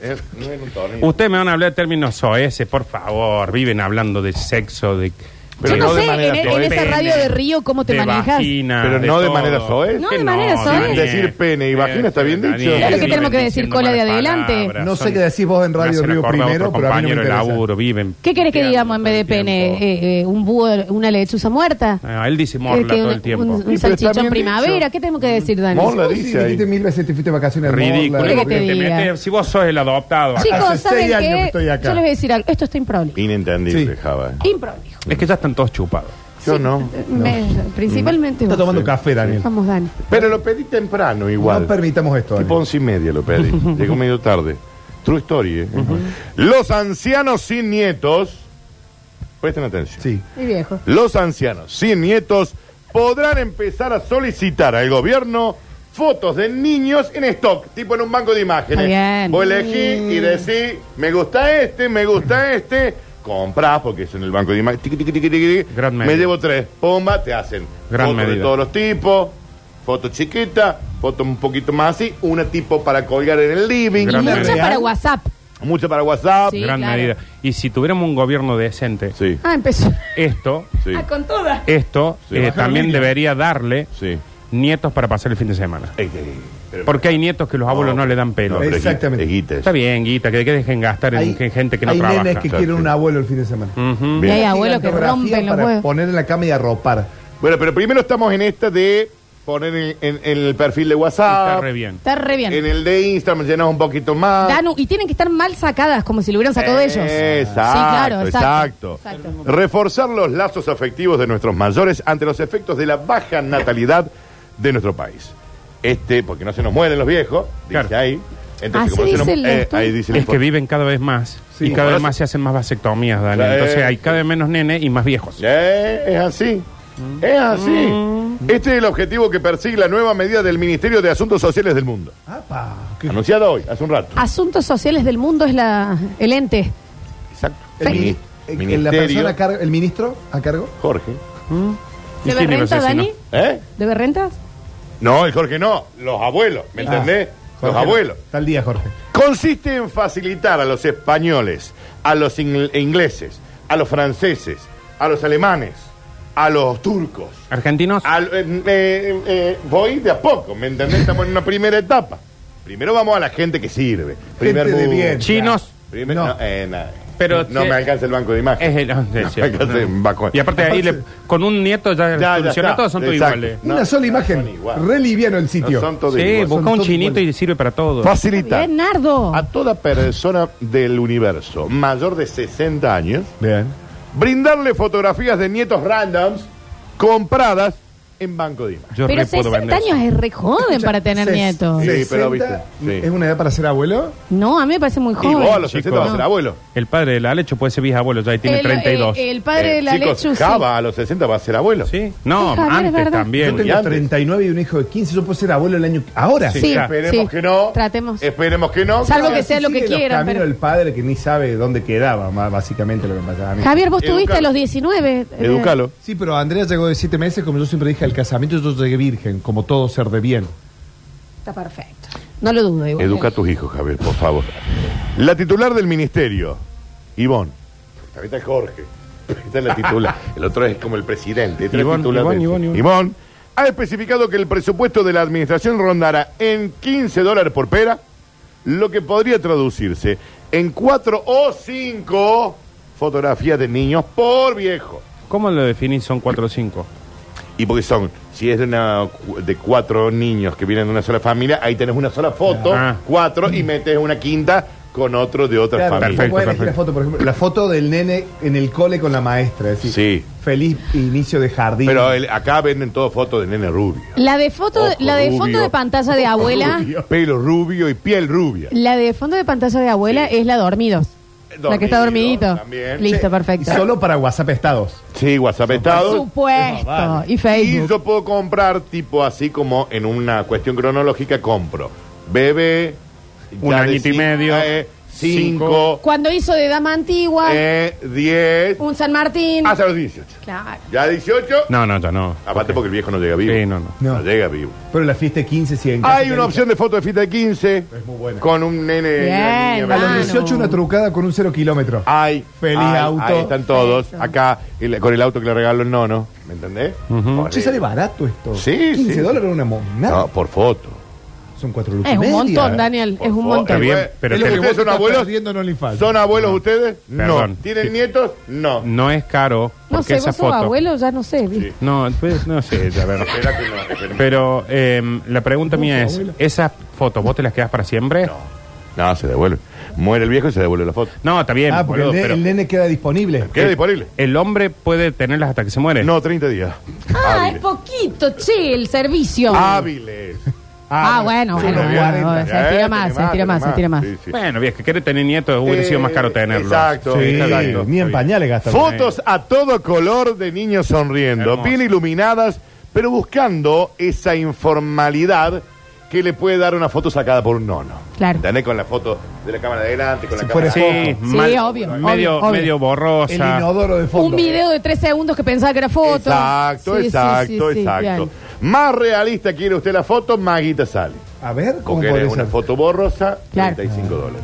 Speaker 3: Eh, no era un tornillo.
Speaker 2: Ustedes me van a hablar de términos soeces, por favor. Viven hablando de sexo, de.
Speaker 3: Pero
Speaker 1: Yo no,
Speaker 3: no de
Speaker 1: sé en, e-
Speaker 3: manera
Speaker 1: en
Speaker 3: soez.
Speaker 1: esa
Speaker 2: pene,
Speaker 1: radio de Río cómo te
Speaker 2: de
Speaker 1: manejas.
Speaker 2: vagina,
Speaker 3: Pero no de
Speaker 2: todo.
Speaker 3: manera soez.
Speaker 1: No,
Speaker 2: Que
Speaker 1: de manera soez.
Speaker 2: Daniel.
Speaker 3: Decir pene y vagina está bien dicho.
Speaker 2: Daniel,
Speaker 1: Claro que tenemos que
Speaker 2: viven
Speaker 1: decir
Speaker 2: diciendo
Speaker 1: cola de
Speaker 2: malas
Speaker 1: adelante.
Speaker 2: palabras,
Speaker 6: No sé
Speaker 2: son-
Speaker 6: qué decís vos en
Speaker 2: me
Speaker 6: Radio
Speaker 2: hacen
Speaker 6: Río
Speaker 2: acordar a otro
Speaker 6: primero, pero a mí no me
Speaker 2: compañero de
Speaker 6: interesa.
Speaker 2: laburo, viven.
Speaker 1: ¿Qué querés que
Speaker 2: puteando
Speaker 1: digamos en
Speaker 2: todo
Speaker 1: vez de
Speaker 2: el
Speaker 1: pene?
Speaker 2: tiempo.
Speaker 1: Eh, eh, ¿Un búho, una lechuza muerta?
Speaker 2: Ah, él dice
Speaker 1: Eh,
Speaker 2: morla
Speaker 1: que
Speaker 2: todo
Speaker 1: un-
Speaker 2: el tiempo.
Speaker 1: Un, un
Speaker 6: pero está
Speaker 1: salchichón
Speaker 6: bien
Speaker 1: primavera. ¿Qué tenemos que decir, Dani?
Speaker 3: Morla
Speaker 6: Sí,
Speaker 3: dice
Speaker 6: dijiste
Speaker 3: ahí.
Speaker 6: mil veces te fuiste de vacaciones. a
Speaker 2: Ridículo.
Speaker 6: Morla,
Speaker 1: ¿Qué
Speaker 2: porque
Speaker 1: que te
Speaker 2: te
Speaker 1: diga?
Speaker 2: metes- si vos sos el adoptado. acá.
Speaker 1: Chicos,
Speaker 6: Hace
Speaker 1: ¿saben
Speaker 6: seis años
Speaker 1: qué?
Speaker 6: que estoy acá. Mm.
Speaker 1: Yo les voy a decir algo. Esto está improlijo.
Speaker 3: Inentendible,
Speaker 6: Sí.
Speaker 3: Java.
Speaker 1: Improlijo.
Speaker 2: Es que ya están todos chupados.
Speaker 3: Yo no.
Speaker 1: Me- principalmente
Speaker 6: Está
Speaker 1: vos.
Speaker 6: tomando café, Daniel.
Speaker 1: Vamos, Dani.
Speaker 3: Pero lo pedí temprano igual.
Speaker 6: No permitamos esto.
Speaker 3: Tipo
Speaker 6: Daniel.
Speaker 3: once y media lo pedí. Llegó medio tarde. True story, ¿eh? Los ancianos sin nietos. Presten atención.
Speaker 6: Sí.
Speaker 1: Mi viejo.
Speaker 3: Los ancianos sin nietos podrán empezar a solicitar al gobierno fotos de niños en stock, tipo en un banco de imágenes.
Speaker 1: Está bien.
Speaker 3: Vos elegís y decís, me gusta este, me gusta este, comprás porque es en el banco de imágenes. Tiqui, tiqui, tiqui, tiqui, tiqui.
Speaker 2: Gran
Speaker 3: me
Speaker 2: medida.
Speaker 3: llevo tres, pomba, te hacen
Speaker 2: Gran
Speaker 3: fotos de
Speaker 2: medida.
Speaker 3: todos los tipos, foto chiquita, foto un poquito más así, una tipo para colgar en el living,
Speaker 1: Y
Speaker 2: Gran
Speaker 3: una-
Speaker 2: medida.
Speaker 1: muchas para WhatsApp.
Speaker 3: mucha para WhatsApp.
Speaker 1: Sí,
Speaker 2: gran
Speaker 1: claro.
Speaker 2: medida. Y si tuviéramos un gobierno decente,
Speaker 3: Sí,
Speaker 1: Ah, empezó.
Speaker 2: esto,
Speaker 3: sí,
Speaker 1: Ah, con todas.
Speaker 2: esto
Speaker 3: Sí.
Speaker 2: eh,
Speaker 3: Bajar
Speaker 2: también
Speaker 6: línea.
Speaker 2: debería darle
Speaker 3: sí.
Speaker 2: nietos para pasar el fin de semana.
Speaker 3: Ey, ey, pero-
Speaker 2: Porque hay nietos que los abuelos no, le dan pelo.
Speaker 3: No, pero es guita,
Speaker 6: Exactamente.
Speaker 3: es guita eso.
Speaker 2: Está bien, Guita, que, que dejen gastar en que- gente que no
Speaker 6: hay
Speaker 2: trabaja.
Speaker 6: nenes que
Speaker 3: Claro,
Speaker 6: quieren
Speaker 3: sí.
Speaker 6: un abuelo el fin de semana.
Speaker 2: Ujú.
Speaker 1: Y
Speaker 3: Bien.
Speaker 1: hay abuelos que
Speaker 6: Gigantografía
Speaker 1: rompen los
Speaker 6: Mm. para
Speaker 1: huevos.
Speaker 6: poner en la cama y arropar.
Speaker 3: Bueno, pero primero estamos en esta de poner en, en- en el perfil de
Speaker 2: Está
Speaker 3: WhatsApp,
Speaker 2: re bien.
Speaker 1: Está re bien.
Speaker 3: en el de Instagram llenas un poquito más.
Speaker 1: Danu, y tienen que estar mal sacadas, como si lo hubieran sacado ellos.
Speaker 3: Ah. Exacto,
Speaker 1: Sí, claro,
Speaker 3: exacto.
Speaker 1: exacto. Exacto.
Speaker 3: Reforzar los lazos afectivos de nuestros mayores ante los efectos de la baja natalidad de nuestro país. Este, porque no se nos mueren los viejos, dice
Speaker 2: Claro.
Speaker 3: ahí. Entonces,
Speaker 1: Así
Speaker 3: como
Speaker 1: dice
Speaker 3: hicieron-
Speaker 1: el doctor.
Speaker 3: eh, ahí dice el
Speaker 2: Es que
Speaker 3: informe.
Speaker 2: viven cada vez más
Speaker 3: Sí.
Speaker 2: y cada
Speaker 3: Ahora
Speaker 2: vez
Speaker 3: sí.
Speaker 2: más se hacen más vasectomías, Dani.
Speaker 3: Eh.
Speaker 2: Entonces hay cada vez menos nenes y más viejos.
Speaker 3: Eh, es así.
Speaker 2: Mm.
Speaker 3: Es así. Este es el objetivo que persigue la nueva medida del Ministerio de Asuntos Sociales del Mundo.
Speaker 6: Apa, qué-
Speaker 3: Anunciada hoy, hace un rato.
Speaker 1: Asuntos sociales del mundo es la el ente.
Speaker 3: Exacto.
Speaker 6: el, mini- el-
Speaker 3: Ministerio.
Speaker 6: la persona a cargo- el ministro a cargo.
Speaker 3: Jorge.
Speaker 2: ¿Y
Speaker 1: ¿Debe
Speaker 2: quién iba a
Speaker 1: renta,
Speaker 2: ser si no?
Speaker 1: Dani?
Speaker 3: ¿Eh?
Speaker 1: ¿Debe rentas?
Speaker 3: No, el Jorge no. Los abuelos, ¿me entendés? Los
Speaker 6: Ah, Jorge,
Speaker 3: abuelos.
Speaker 6: Está al día, Jorge.
Speaker 3: Consiste en facilitar a los españoles, a los ingl- e ingleses, a los franceses, a los alemanes, a los turcos.
Speaker 2: ¿Argentinos?
Speaker 3: al- eh, eh, eh, voy de a poco, ¿me entendés? Estamos en una primera etapa. Primero vamos a la gente que sirve. Primer
Speaker 6: Gente de
Speaker 3: mundo.
Speaker 6: bien.
Speaker 2: Chinos.
Speaker 3: Primero,
Speaker 6: No.
Speaker 3: no, eh, nada.
Speaker 2: Pero
Speaker 3: no
Speaker 2: te-
Speaker 3: me alcanza el banco de imagen.
Speaker 2: Es el- no, es
Speaker 3: me
Speaker 2: cierto,
Speaker 3: alcanza el
Speaker 2: no.
Speaker 3: banco.
Speaker 2: Y aparte ahí le- con un nieto ya,
Speaker 3: ya
Speaker 2: soluciona
Speaker 3: está.
Speaker 2: todo, son todos
Speaker 3: Exacto.
Speaker 2: iguales.
Speaker 3: No,
Speaker 6: Una sola
Speaker 3: no
Speaker 6: imagen.
Speaker 3: son igual.
Speaker 6: Re liviano el
Speaker 3: No
Speaker 6: sitio.
Speaker 3: son todos
Speaker 2: Sí,
Speaker 3: iguales.
Speaker 2: busca un
Speaker 6: todos
Speaker 2: chinito
Speaker 6: iguales.
Speaker 2: y sirve para todos.
Speaker 3: Facilitar
Speaker 1: Bien, Nardo.
Speaker 3: a toda persona del universo mayor de 60 años
Speaker 6: Bien.
Speaker 3: brindarle fotografías de nietos randoms compradas en banco de imagen.
Speaker 2: Yo
Speaker 1: Pero
Speaker 2: re puedo
Speaker 1: 60
Speaker 2: vender eso.
Speaker 1: años es re joven para tener
Speaker 6: Se-
Speaker 1: nietos.
Speaker 3: Sí, pero
Speaker 6: 60,
Speaker 3: viste, sí.
Speaker 6: ¿Es una edad para ser abuelo?
Speaker 1: No, a mí me parece muy
Speaker 3: Y
Speaker 1: joven.
Speaker 3: vos a los
Speaker 2: chicos.
Speaker 3: 60 vas a ser
Speaker 1: No.
Speaker 3: abuelo.
Speaker 2: El padre de la Alecho puede ser bisabuelo, ya ahí tiene
Speaker 1: El-
Speaker 2: 32.
Speaker 1: eh, el padre
Speaker 3: Eh,
Speaker 1: de la
Speaker 3: chicos,
Speaker 1: Lechu, sí.
Speaker 3: Java a los 60 va a ser abuelo.
Speaker 2: ¿Sí? No,
Speaker 1: Sí, Javier, es
Speaker 2: antes
Speaker 1: verdad.
Speaker 6: Yo
Speaker 2: también.
Speaker 3: Y
Speaker 6: tengo
Speaker 3: antes.
Speaker 6: 39 y un hijo de 15. Yo puedo ser abuelo el año. Ahora.
Speaker 1: Sí. Sí.
Speaker 3: Esperemos
Speaker 1: sí.
Speaker 3: que no. Eh,
Speaker 1: Tratemos.
Speaker 3: Esperemos que no.
Speaker 1: Salvo
Speaker 6: O
Speaker 1: que sea
Speaker 6: sí
Speaker 1: lo que
Speaker 6: sigue los
Speaker 1: quieran,
Speaker 6: caminos
Speaker 1: pero-
Speaker 6: del padre que ni sabe dónde quedaba, ma- básicamente lo que pasaba a mí.
Speaker 1: Javier, vos tuviste
Speaker 3: Educalo.
Speaker 1: a los 19. eh,
Speaker 3: Educalo.
Speaker 6: Sí, pero Andrea llegó de siete meses, como yo siempre dije, al casamiento yo llegué virgen, como todo ser de bien.
Speaker 1: Está perfecto. No lo dudo igual.
Speaker 3: Educa a tus hijos, Javier, por favor. La titular del ministerio, Ivonne. Ahorita es Jorge. Esta es la titular. El otro es como el presidente. Esta es la
Speaker 2: Ivonne,
Speaker 3: titular
Speaker 2: Ivonne,
Speaker 3: de-
Speaker 2: Ivonne, Ivonne.
Speaker 3: Ivonne ha especificado que el presupuesto de la administración rondará en 15 dólares por pera, lo que podría traducirse en 4 o 5 fotografías de niños por viejo.
Speaker 2: ¿Cómo lo definís? Son 4 o 5.
Speaker 3: Y porque son, si es de, una, de cuatro niños que vienen de una sola familia, ahí tenés una sola foto,
Speaker 2: Ah.
Speaker 3: cuatro, y metes una quinta con otro de otra
Speaker 6: Claro,
Speaker 3: familia.
Speaker 6: vos podés
Speaker 2: Perfecto,
Speaker 6: elegir La
Speaker 2: perfecto.
Speaker 6: foto, por ejemplo, la foto del nene en el cole con la maestra, es decir,
Speaker 3: Sí.
Speaker 6: feliz inicio de jardín.
Speaker 3: Pero el- acá venden todo fotos de nene rubio.
Speaker 1: La de foto,
Speaker 3: Ojo
Speaker 1: la de
Speaker 3: rubio.
Speaker 1: fondo de pantalla de abuela,
Speaker 3: Rubio, Pelo rubio y piel rubia.
Speaker 1: la de fondo de pantalla de abuela
Speaker 3: Sí.
Speaker 1: es la dormidos. la que está
Speaker 3: Dormidos
Speaker 1: dormidito.
Speaker 3: también.
Speaker 6: Sí.
Speaker 1: Listo,
Speaker 6: Y
Speaker 1: perfecto.
Speaker 6: solo para WhatsApp estados.
Speaker 3: Sí, WhatsApp
Speaker 1: Por
Speaker 3: estado.
Speaker 1: supuesto. Y
Speaker 3: Ah, Y
Speaker 1: Facebook.
Speaker 3: yo puedo comprar, tipo así como en una cuestión cronológica, compro bebé,
Speaker 2: Un
Speaker 3: ya de
Speaker 2: añito y
Speaker 3: cin-
Speaker 2: medio,
Speaker 3: eh, cinco,
Speaker 1: Cuando hizo de dama antigua,
Speaker 3: eh, Ah, diez,
Speaker 1: un San Martín.
Speaker 3: hasta los 18.
Speaker 1: Claro.
Speaker 3: Ya 18,
Speaker 2: No, no, ya no.
Speaker 3: Aparte porque el viejo no llega vivo.
Speaker 2: Sí, no, no.
Speaker 3: No,
Speaker 6: No.
Speaker 3: llega vivo.
Speaker 6: Pero la fiesta de 15 si en casa
Speaker 3: Hay
Speaker 6: te
Speaker 3: una
Speaker 6: dicen-
Speaker 3: opción de foto de fiesta de 15. Es
Speaker 6: muy buena.
Speaker 3: Con un nene.
Speaker 1: Bien,
Speaker 3: una niña,
Speaker 1: va.
Speaker 6: A los
Speaker 1: Ah,
Speaker 3: ¿verdad?
Speaker 6: 18
Speaker 1: no.
Speaker 6: una trucada con un cero kilómetro.
Speaker 3: Hay.
Speaker 6: Feliz
Speaker 3: hay,
Speaker 6: auto.
Speaker 3: Ahí están todos. Acá, el- con el auto que le regaló el nono. ¿Me entendés? Joder.
Speaker 6: Che, sale barato esto.
Speaker 3: Sí,
Speaker 6: 15
Speaker 3: sí.
Speaker 6: dólares una monada.
Speaker 3: No, por foto.
Speaker 6: Son cuatro luces
Speaker 1: Es un
Speaker 6: media.
Speaker 1: montón, Daniel.
Speaker 3: Por
Speaker 1: Es un
Speaker 3: favor.
Speaker 2: Está
Speaker 1: montón.
Speaker 2: bien,
Speaker 3: Eh,
Speaker 2: pero
Speaker 3: ¿es lo que
Speaker 2: tenemos-
Speaker 3: ustedes son
Speaker 6: Estás
Speaker 3: abuelos?
Speaker 6: perdiendo en OnlyFans.
Speaker 3: ¿Son abuelos ustedes?
Speaker 2: Perdón.
Speaker 3: No. ¿Tienen
Speaker 2: Sí.
Speaker 3: nietos? No.
Speaker 2: No es caro
Speaker 1: No
Speaker 2: porque
Speaker 1: sé,
Speaker 2: esa
Speaker 1: vos sos
Speaker 2: foto.
Speaker 1: abuelo, ya no sé. ¿viste?
Speaker 2: No, pues, no sé, a ver.
Speaker 3: Espera que no, espera.
Speaker 2: Pero eh, la pregunta mía es, ¿esas fotos vos te las quedas para siempre? No,
Speaker 3: No, se devuelve. Muere el viejo y se devuelve la foto.
Speaker 2: está bien,
Speaker 6: Ah, porque
Speaker 2: boludo,
Speaker 6: el, ne-
Speaker 2: pero
Speaker 6: el nene queda disponible.
Speaker 3: ¿Queda disponible?
Speaker 2: el hombre puede tenerlas hasta que se muere.
Speaker 3: No, 30 días.
Speaker 1: Ah, es
Speaker 3: Hábiles.
Speaker 1: poquito, che, el servicio.
Speaker 3: Hábiles.
Speaker 1: Ah, bueno,
Speaker 3: Sí,
Speaker 1: bueno,
Speaker 3: no,
Speaker 1: bueno,
Speaker 3: cuarenta.
Speaker 1: bueno, se
Speaker 3: Eh,
Speaker 1: estira
Speaker 3: tiene
Speaker 1: más, se estira más, se estira más.
Speaker 3: Sí, sí.
Speaker 2: Bueno, bien, que querés tener nietos, hubiera
Speaker 3: Eh,
Speaker 2: sido más caro tenerlos.
Speaker 3: exacto.
Speaker 6: Sí,
Speaker 3: está bien.
Speaker 6: ni en pañales gastan.
Speaker 3: Fotos a todo color de niños sonriendo,
Speaker 2: Hermoso.
Speaker 3: bien iluminadas, pero buscando esa informalidad que le puede dar una foto sacada por un nono.
Speaker 1: Claro.
Speaker 3: ¿Entendés? Con la foto de la cámara de delante, con
Speaker 6: Si
Speaker 3: la
Speaker 6: fuera
Speaker 3: cámara
Speaker 2: Sí,
Speaker 3: de
Speaker 1: Sí,
Speaker 2: mal-
Speaker 1: obvio,
Speaker 2: Medio,
Speaker 1: obvio, obvio.
Speaker 2: medio
Speaker 6: El
Speaker 2: borrosa.
Speaker 6: inodoro de fondo.
Speaker 1: Un video de tres segundos que pensaba que era foto.
Speaker 3: Exacto,
Speaker 1: Sí, sí,
Speaker 3: exacto,
Speaker 1: sí, sí,
Speaker 3: exacto.
Speaker 1: bien.
Speaker 3: Más realista quiere usted la foto, Maguita sale.
Speaker 6: A ver, ¿cómo
Speaker 3: Porque
Speaker 6: puede
Speaker 3: es una
Speaker 6: ser?
Speaker 3: foto borrosa,
Speaker 1: Claro. Ah,
Speaker 3: 35 dólares.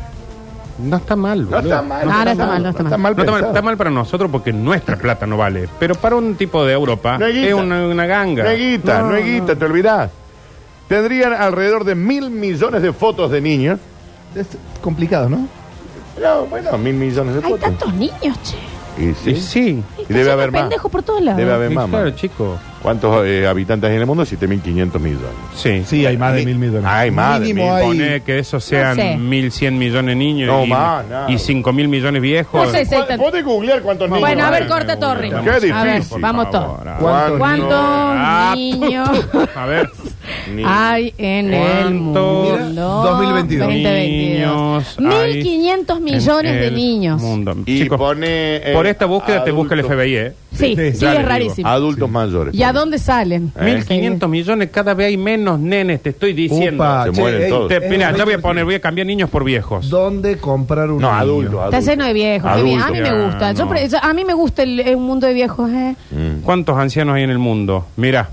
Speaker 2: No está mal,
Speaker 3: No
Speaker 2: boludo.
Speaker 3: está mal.
Speaker 1: No, no está mal, no está mal.
Speaker 2: No está mal,
Speaker 3: pensado.
Speaker 2: está mal para nosotros porque nuestra plata no vale. Pero para un tipo de Europa
Speaker 3: No hay guita.
Speaker 2: es una, una ganga.
Speaker 3: No hay guita, no, hay guita, te olvidás. Tendrían alrededor de mil millones de fotos de niños.
Speaker 6: Es complicado, ¿no?
Speaker 3: No, bueno, mil millones de
Speaker 1: Hay
Speaker 3: fotos.
Speaker 1: tantos niños, che.
Speaker 3: Y
Speaker 2: Y
Speaker 3: sí.
Speaker 2: sí.
Speaker 3: Y debe haber más.
Speaker 1: pendejo por todos lados.
Speaker 3: Debe haber
Speaker 2: Sí,
Speaker 3: más.
Speaker 2: claro,
Speaker 3: más.
Speaker 2: chico.
Speaker 3: ¿Cuántos eh, habitantes hay en el mundo? 7.500 millones.
Speaker 2: Sí.
Speaker 6: Sí, hay más de mil millones.
Speaker 3: Ay, madre
Speaker 9: Mínimo
Speaker 3: mía.
Speaker 9: hay-
Speaker 2: Pone que esos sean
Speaker 1: sé.
Speaker 2: 1.100 millones de niños
Speaker 3: No,
Speaker 2: y,
Speaker 3: más, nada.
Speaker 2: y 5.000 millones viejos.
Speaker 1: No sé si hay
Speaker 3: ¿Puede-
Speaker 1: tan-
Speaker 3: ¿Puede googlear cuántos niños?
Speaker 1: Bueno, a ver,
Speaker 3: hay?
Speaker 1: corta Torri.
Speaker 3: Qué difícil.
Speaker 1: A ver, vamos
Speaker 3: por
Speaker 1: todos.
Speaker 3: favor.
Speaker 6: ¿Cuántos
Speaker 1: ¿Cuántos
Speaker 2: Ah,
Speaker 1: niños
Speaker 2: A ver.
Speaker 3: niños?
Speaker 1: Ah, hay en el mundo?
Speaker 2: ¿Cuántos
Speaker 6: 2022?
Speaker 1: 2022.
Speaker 2: Niños
Speaker 1: 1.500 millones
Speaker 2: en
Speaker 1: de
Speaker 2: el
Speaker 1: niños.
Speaker 2: Mundo.
Speaker 3: Y
Speaker 2: Chicos,
Speaker 3: pone. eh,
Speaker 2: por esta búsqueda te busca el
Speaker 3: adultos-
Speaker 2: FBI, ¿eh?
Speaker 1: Sí, sí,
Speaker 6: Sí,
Speaker 2: ya les
Speaker 1: es
Speaker 2: digo.
Speaker 1: rarísimo.
Speaker 3: Adultos mayores.
Speaker 1: ¿Y a dónde salen?
Speaker 3: Eh.
Speaker 2: 1.500 millones, cada vez hay menos nenes, te estoy diciendo.
Speaker 6: Upa,
Speaker 3: Se
Speaker 6: che,
Speaker 3: mueren
Speaker 6: ey,
Speaker 3: todos.
Speaker 2: Te-
Speaker 6: es
Speaker 2: mira,
Speaker 6: un
Speaker 2: yo voy a
Speaker 6: hecho
Speaker 2: poner, voy a cambiar niños por viejos.
Speaker 6: ¿Dónde comprar un
Speaker 3: No,
Speaker 6: niño?
Speaker 3: adultos.
Speaker 1: Está
Speaker 3: adultos.
Speaker 1: lleno de viejos. qué bien. A mí
Speaker 3: Adultos.
Speaker 1: me gusta.
Speaker 2: Ah,
Speaker 1: Yo
Speaker 2: no.
Speaker 1: pre- yo- a mí me gusta el, el mundo de viejos. ¿eh?
Speaker 3: Mm.
Speaker 2: ¿Cuántos ancianos hay en el mundo? Mira,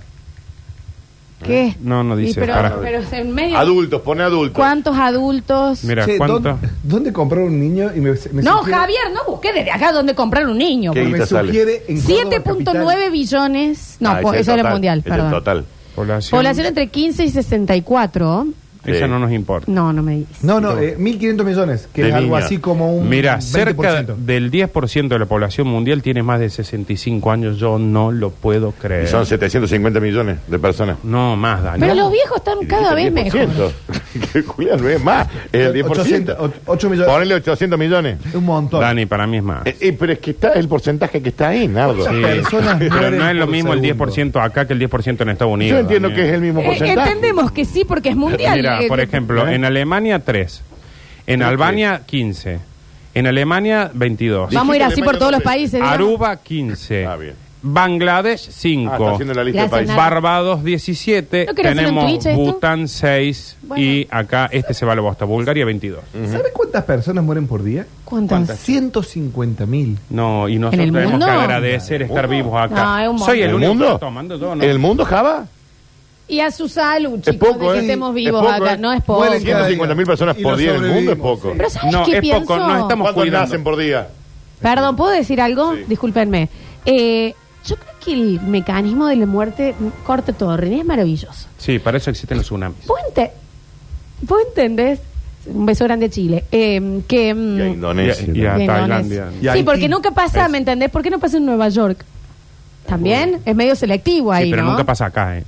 Speaker 1: ¿Qué?
Speaker 2: Eh, No, no
Speaker 1: Y
Speaker 2: dice,
Speaker 1: pero,
Speaker 2: pará.
Speaker 1: pero es en medio.
Speaker 3: Adultos, pone adultos.
Speaker 1: ¿Cuántos adultos?
Speaker 2: mira,
Speaker 6: Che,
Speaker 2: ¿cuántos?
Speaker 6: ¿dónde, dónde comprar un niño? Y me, me
Speaker 1: no,
Speaker 6: sugiere-
Speaker 1: Javier, no busqué desde acá dónde comprar un niño.
Speaker 3: ¿Qué?
Speaker 6: Me
Speaker 3: guita sale?
Speaker 6: sugiere en Córdoba capital.
Speaker 1: 7.9 billones. No,
Speaker 3: Ah,
Speaker 1: po-
Speaker 3: ese
Speaker 1: eso era
Speaker 3: total,
Speaker 1: mundial,
Speaker 3: ese
Speaker 1: perdón.
Speaker 3: total.
Speaker 2: Población.
Speaker 1: Población entre 15 y 64.
Speaker 2: Esa
Speaker 3: Sí.
Speaker 2: no nos importa.
Speaker 1: No, no me digas.
Speaker 6: No, no, eh, 1.500 millones, que
Speaker 2: De
Speaker 6: es algo
Speaker 2: niños.
Speaker 6: así como un.
Speaker 2: Mira, cerca
Speaker 6: 20%.
Speaker 2: del 10% de la población mundial tiene más de 65 años. Yo no lo puedo
Speaker 3: Y
Speaker 2: creer.
Speaker 3: son 750 millones de personas.
Speaker 2: No, más, Dani.
Speaker 1: Pero los viejos están
Speaker 3: Ah, Y
Speaker 1: cada vez
Speaker 3: dijiste el
Speaker 1: mejor.
Speaker 3: 10%. Que Julián, no es más. Es el 10%.
Speaker 6: 800, och- ocho millones.
Speaker 3: Ponele 800 millones.
Speaker 6: Un montón.
Speaker 2: Dani, para mí es más.
Speaker 3: Eh, eh, pero es que está el porcentaje que está ahí, Nardo.
Speaker 2: Sí.
Speaker 6: personas
Speaker 2: Pero
Speaker 6: mueren
Speaker 2: no es lo
Speaker 6: por
Speaker 2: mismo el
Speaker 6: segundo.
Speaker 2: 10% acá que el 10% en Estados Unidos.
Speaker 3: Yo entiendo
Speaker 2: Daniel.
Speaker 3: que es el mismo
Speaker 1: Eh,
Speaker 3: porcentaje.
Speaker 1: entendemos que sí, porque es mundial.
Speaker 2: Mira,
Speaker 1: Eh,
Speaker 2: por ejemplo,
Speaker 3: ¿eh?
Speaker 2: en Alemania 3, en Albania 15, en Alemania 22,
Speaker 1: Vamos a ir
Speaker 3: Dijiste
Speaker 1: así por
Speaker 3: Alemania
Speaker 1: todos los
Speaker 3: dos veces.
Speaker 1: países. digamos.
Speaker 2: Aruba 15,
Speaker 3: Ah, bien.
Speaker 2: Bangladesh 5,
Speaker 3: Ah, está haciendo la lista de
Speaker 1: Gracias,
Speaker 3: países.
Speaker 1: Nardo.
Speaker 2: Barbados 17,
Speaker 1: ¿No querés hacer un
Speaker 2: tenemos
Speaker 1: Twitch esto?
Speaker 2: Bután 6
Speaker 1: Bueno.
Speaker 2: y acá este se va a la bosta, Bulgaria 22.
Speaker 6: ¿Sabes cuántas personas mueren por día?
Speaker 1: ¿Cuántas?
Speaker 6: 150 mil.
Speaker 2: No, y
Speaker 1: ¿En
Speaker 2: nosotros
Speaker 1: el
Speaker 2: tenemos que
Speaker 1: mundo?
Speaker 2: agradecer estar vivos
Speaker 1: No,
Speaker 2: acá.
Speaker 1: es un
Speaker 2: Soy
Speaker 1: montón.
Speaker 2: el
Speaker 3: ¿El
Speaker 2: único que
Speaker 3: mundo?
Speaker 2: está tomando yo, ¿no?
Speaker 3: ¿El mundo, Java?
Speaker 1: Y a su salud,
Speaker 3: Es
Speaker 1: chicos,
Speaker 3: poco,
Speaker 1: de
Speaker 3: ¿eh?
Speaker 1: que estemos
Speaker 3: Es
Speaker 1: vivos
Speaker 3: poco,
Speaker 1: acá.
Speaker 3: ¿eh?
Speaker 1: No es poco.
Speaker 6: Mueren cada-
Speaker 3: 150.000 personas
Speaker 6: Y
Speaker 3: por
Speaker 6: lo
Speaker 3: día en el mundo es
Speaker 6: sobrevivimos,
Speaker 3: poco.
Speaker 1: Pero ¿sabes
Speaker 2: No,
Speaker 1: qué
Speaker 2: es
Speaker 1: pienso?
Speaker 2: poco, nos estamos
Speaker 3: ¿Cuántos
Speaker 2: cuidando.
Speaker 3: nacen por día?
Speaker 1: Perdón, ¿puedo decir algo?
Speaker 3: Sí.
Speaker 1: Discúlpenme. Eh, yo creo que el mecanismo de la muerte, corta todo, René, es maravilloso.
Speaker 2: Sí, para eso existen los tsunamis.
Speaker 1: ¿Vos, ente- vos entendés? Un beso grande a Chile. eh, que, mm,
Speaker 3: Y a Indonesia.
Speaker 2: Y a-
Speaker 1: que no es-
Speaker 2: Tailandia.
Speaker 6: Y a
Speaker 1: Sí,
Speaker 6: Haití.
Speaker 1: porque nunca pasa, ¿me entendés? ¿Por qué no pasa en Nueva York? También es medio selectivo ahí,
Speaker 2: Sí, pero
Speaker 1: ¿no?
Speaker 2: nunca pasa acá, ¿eh?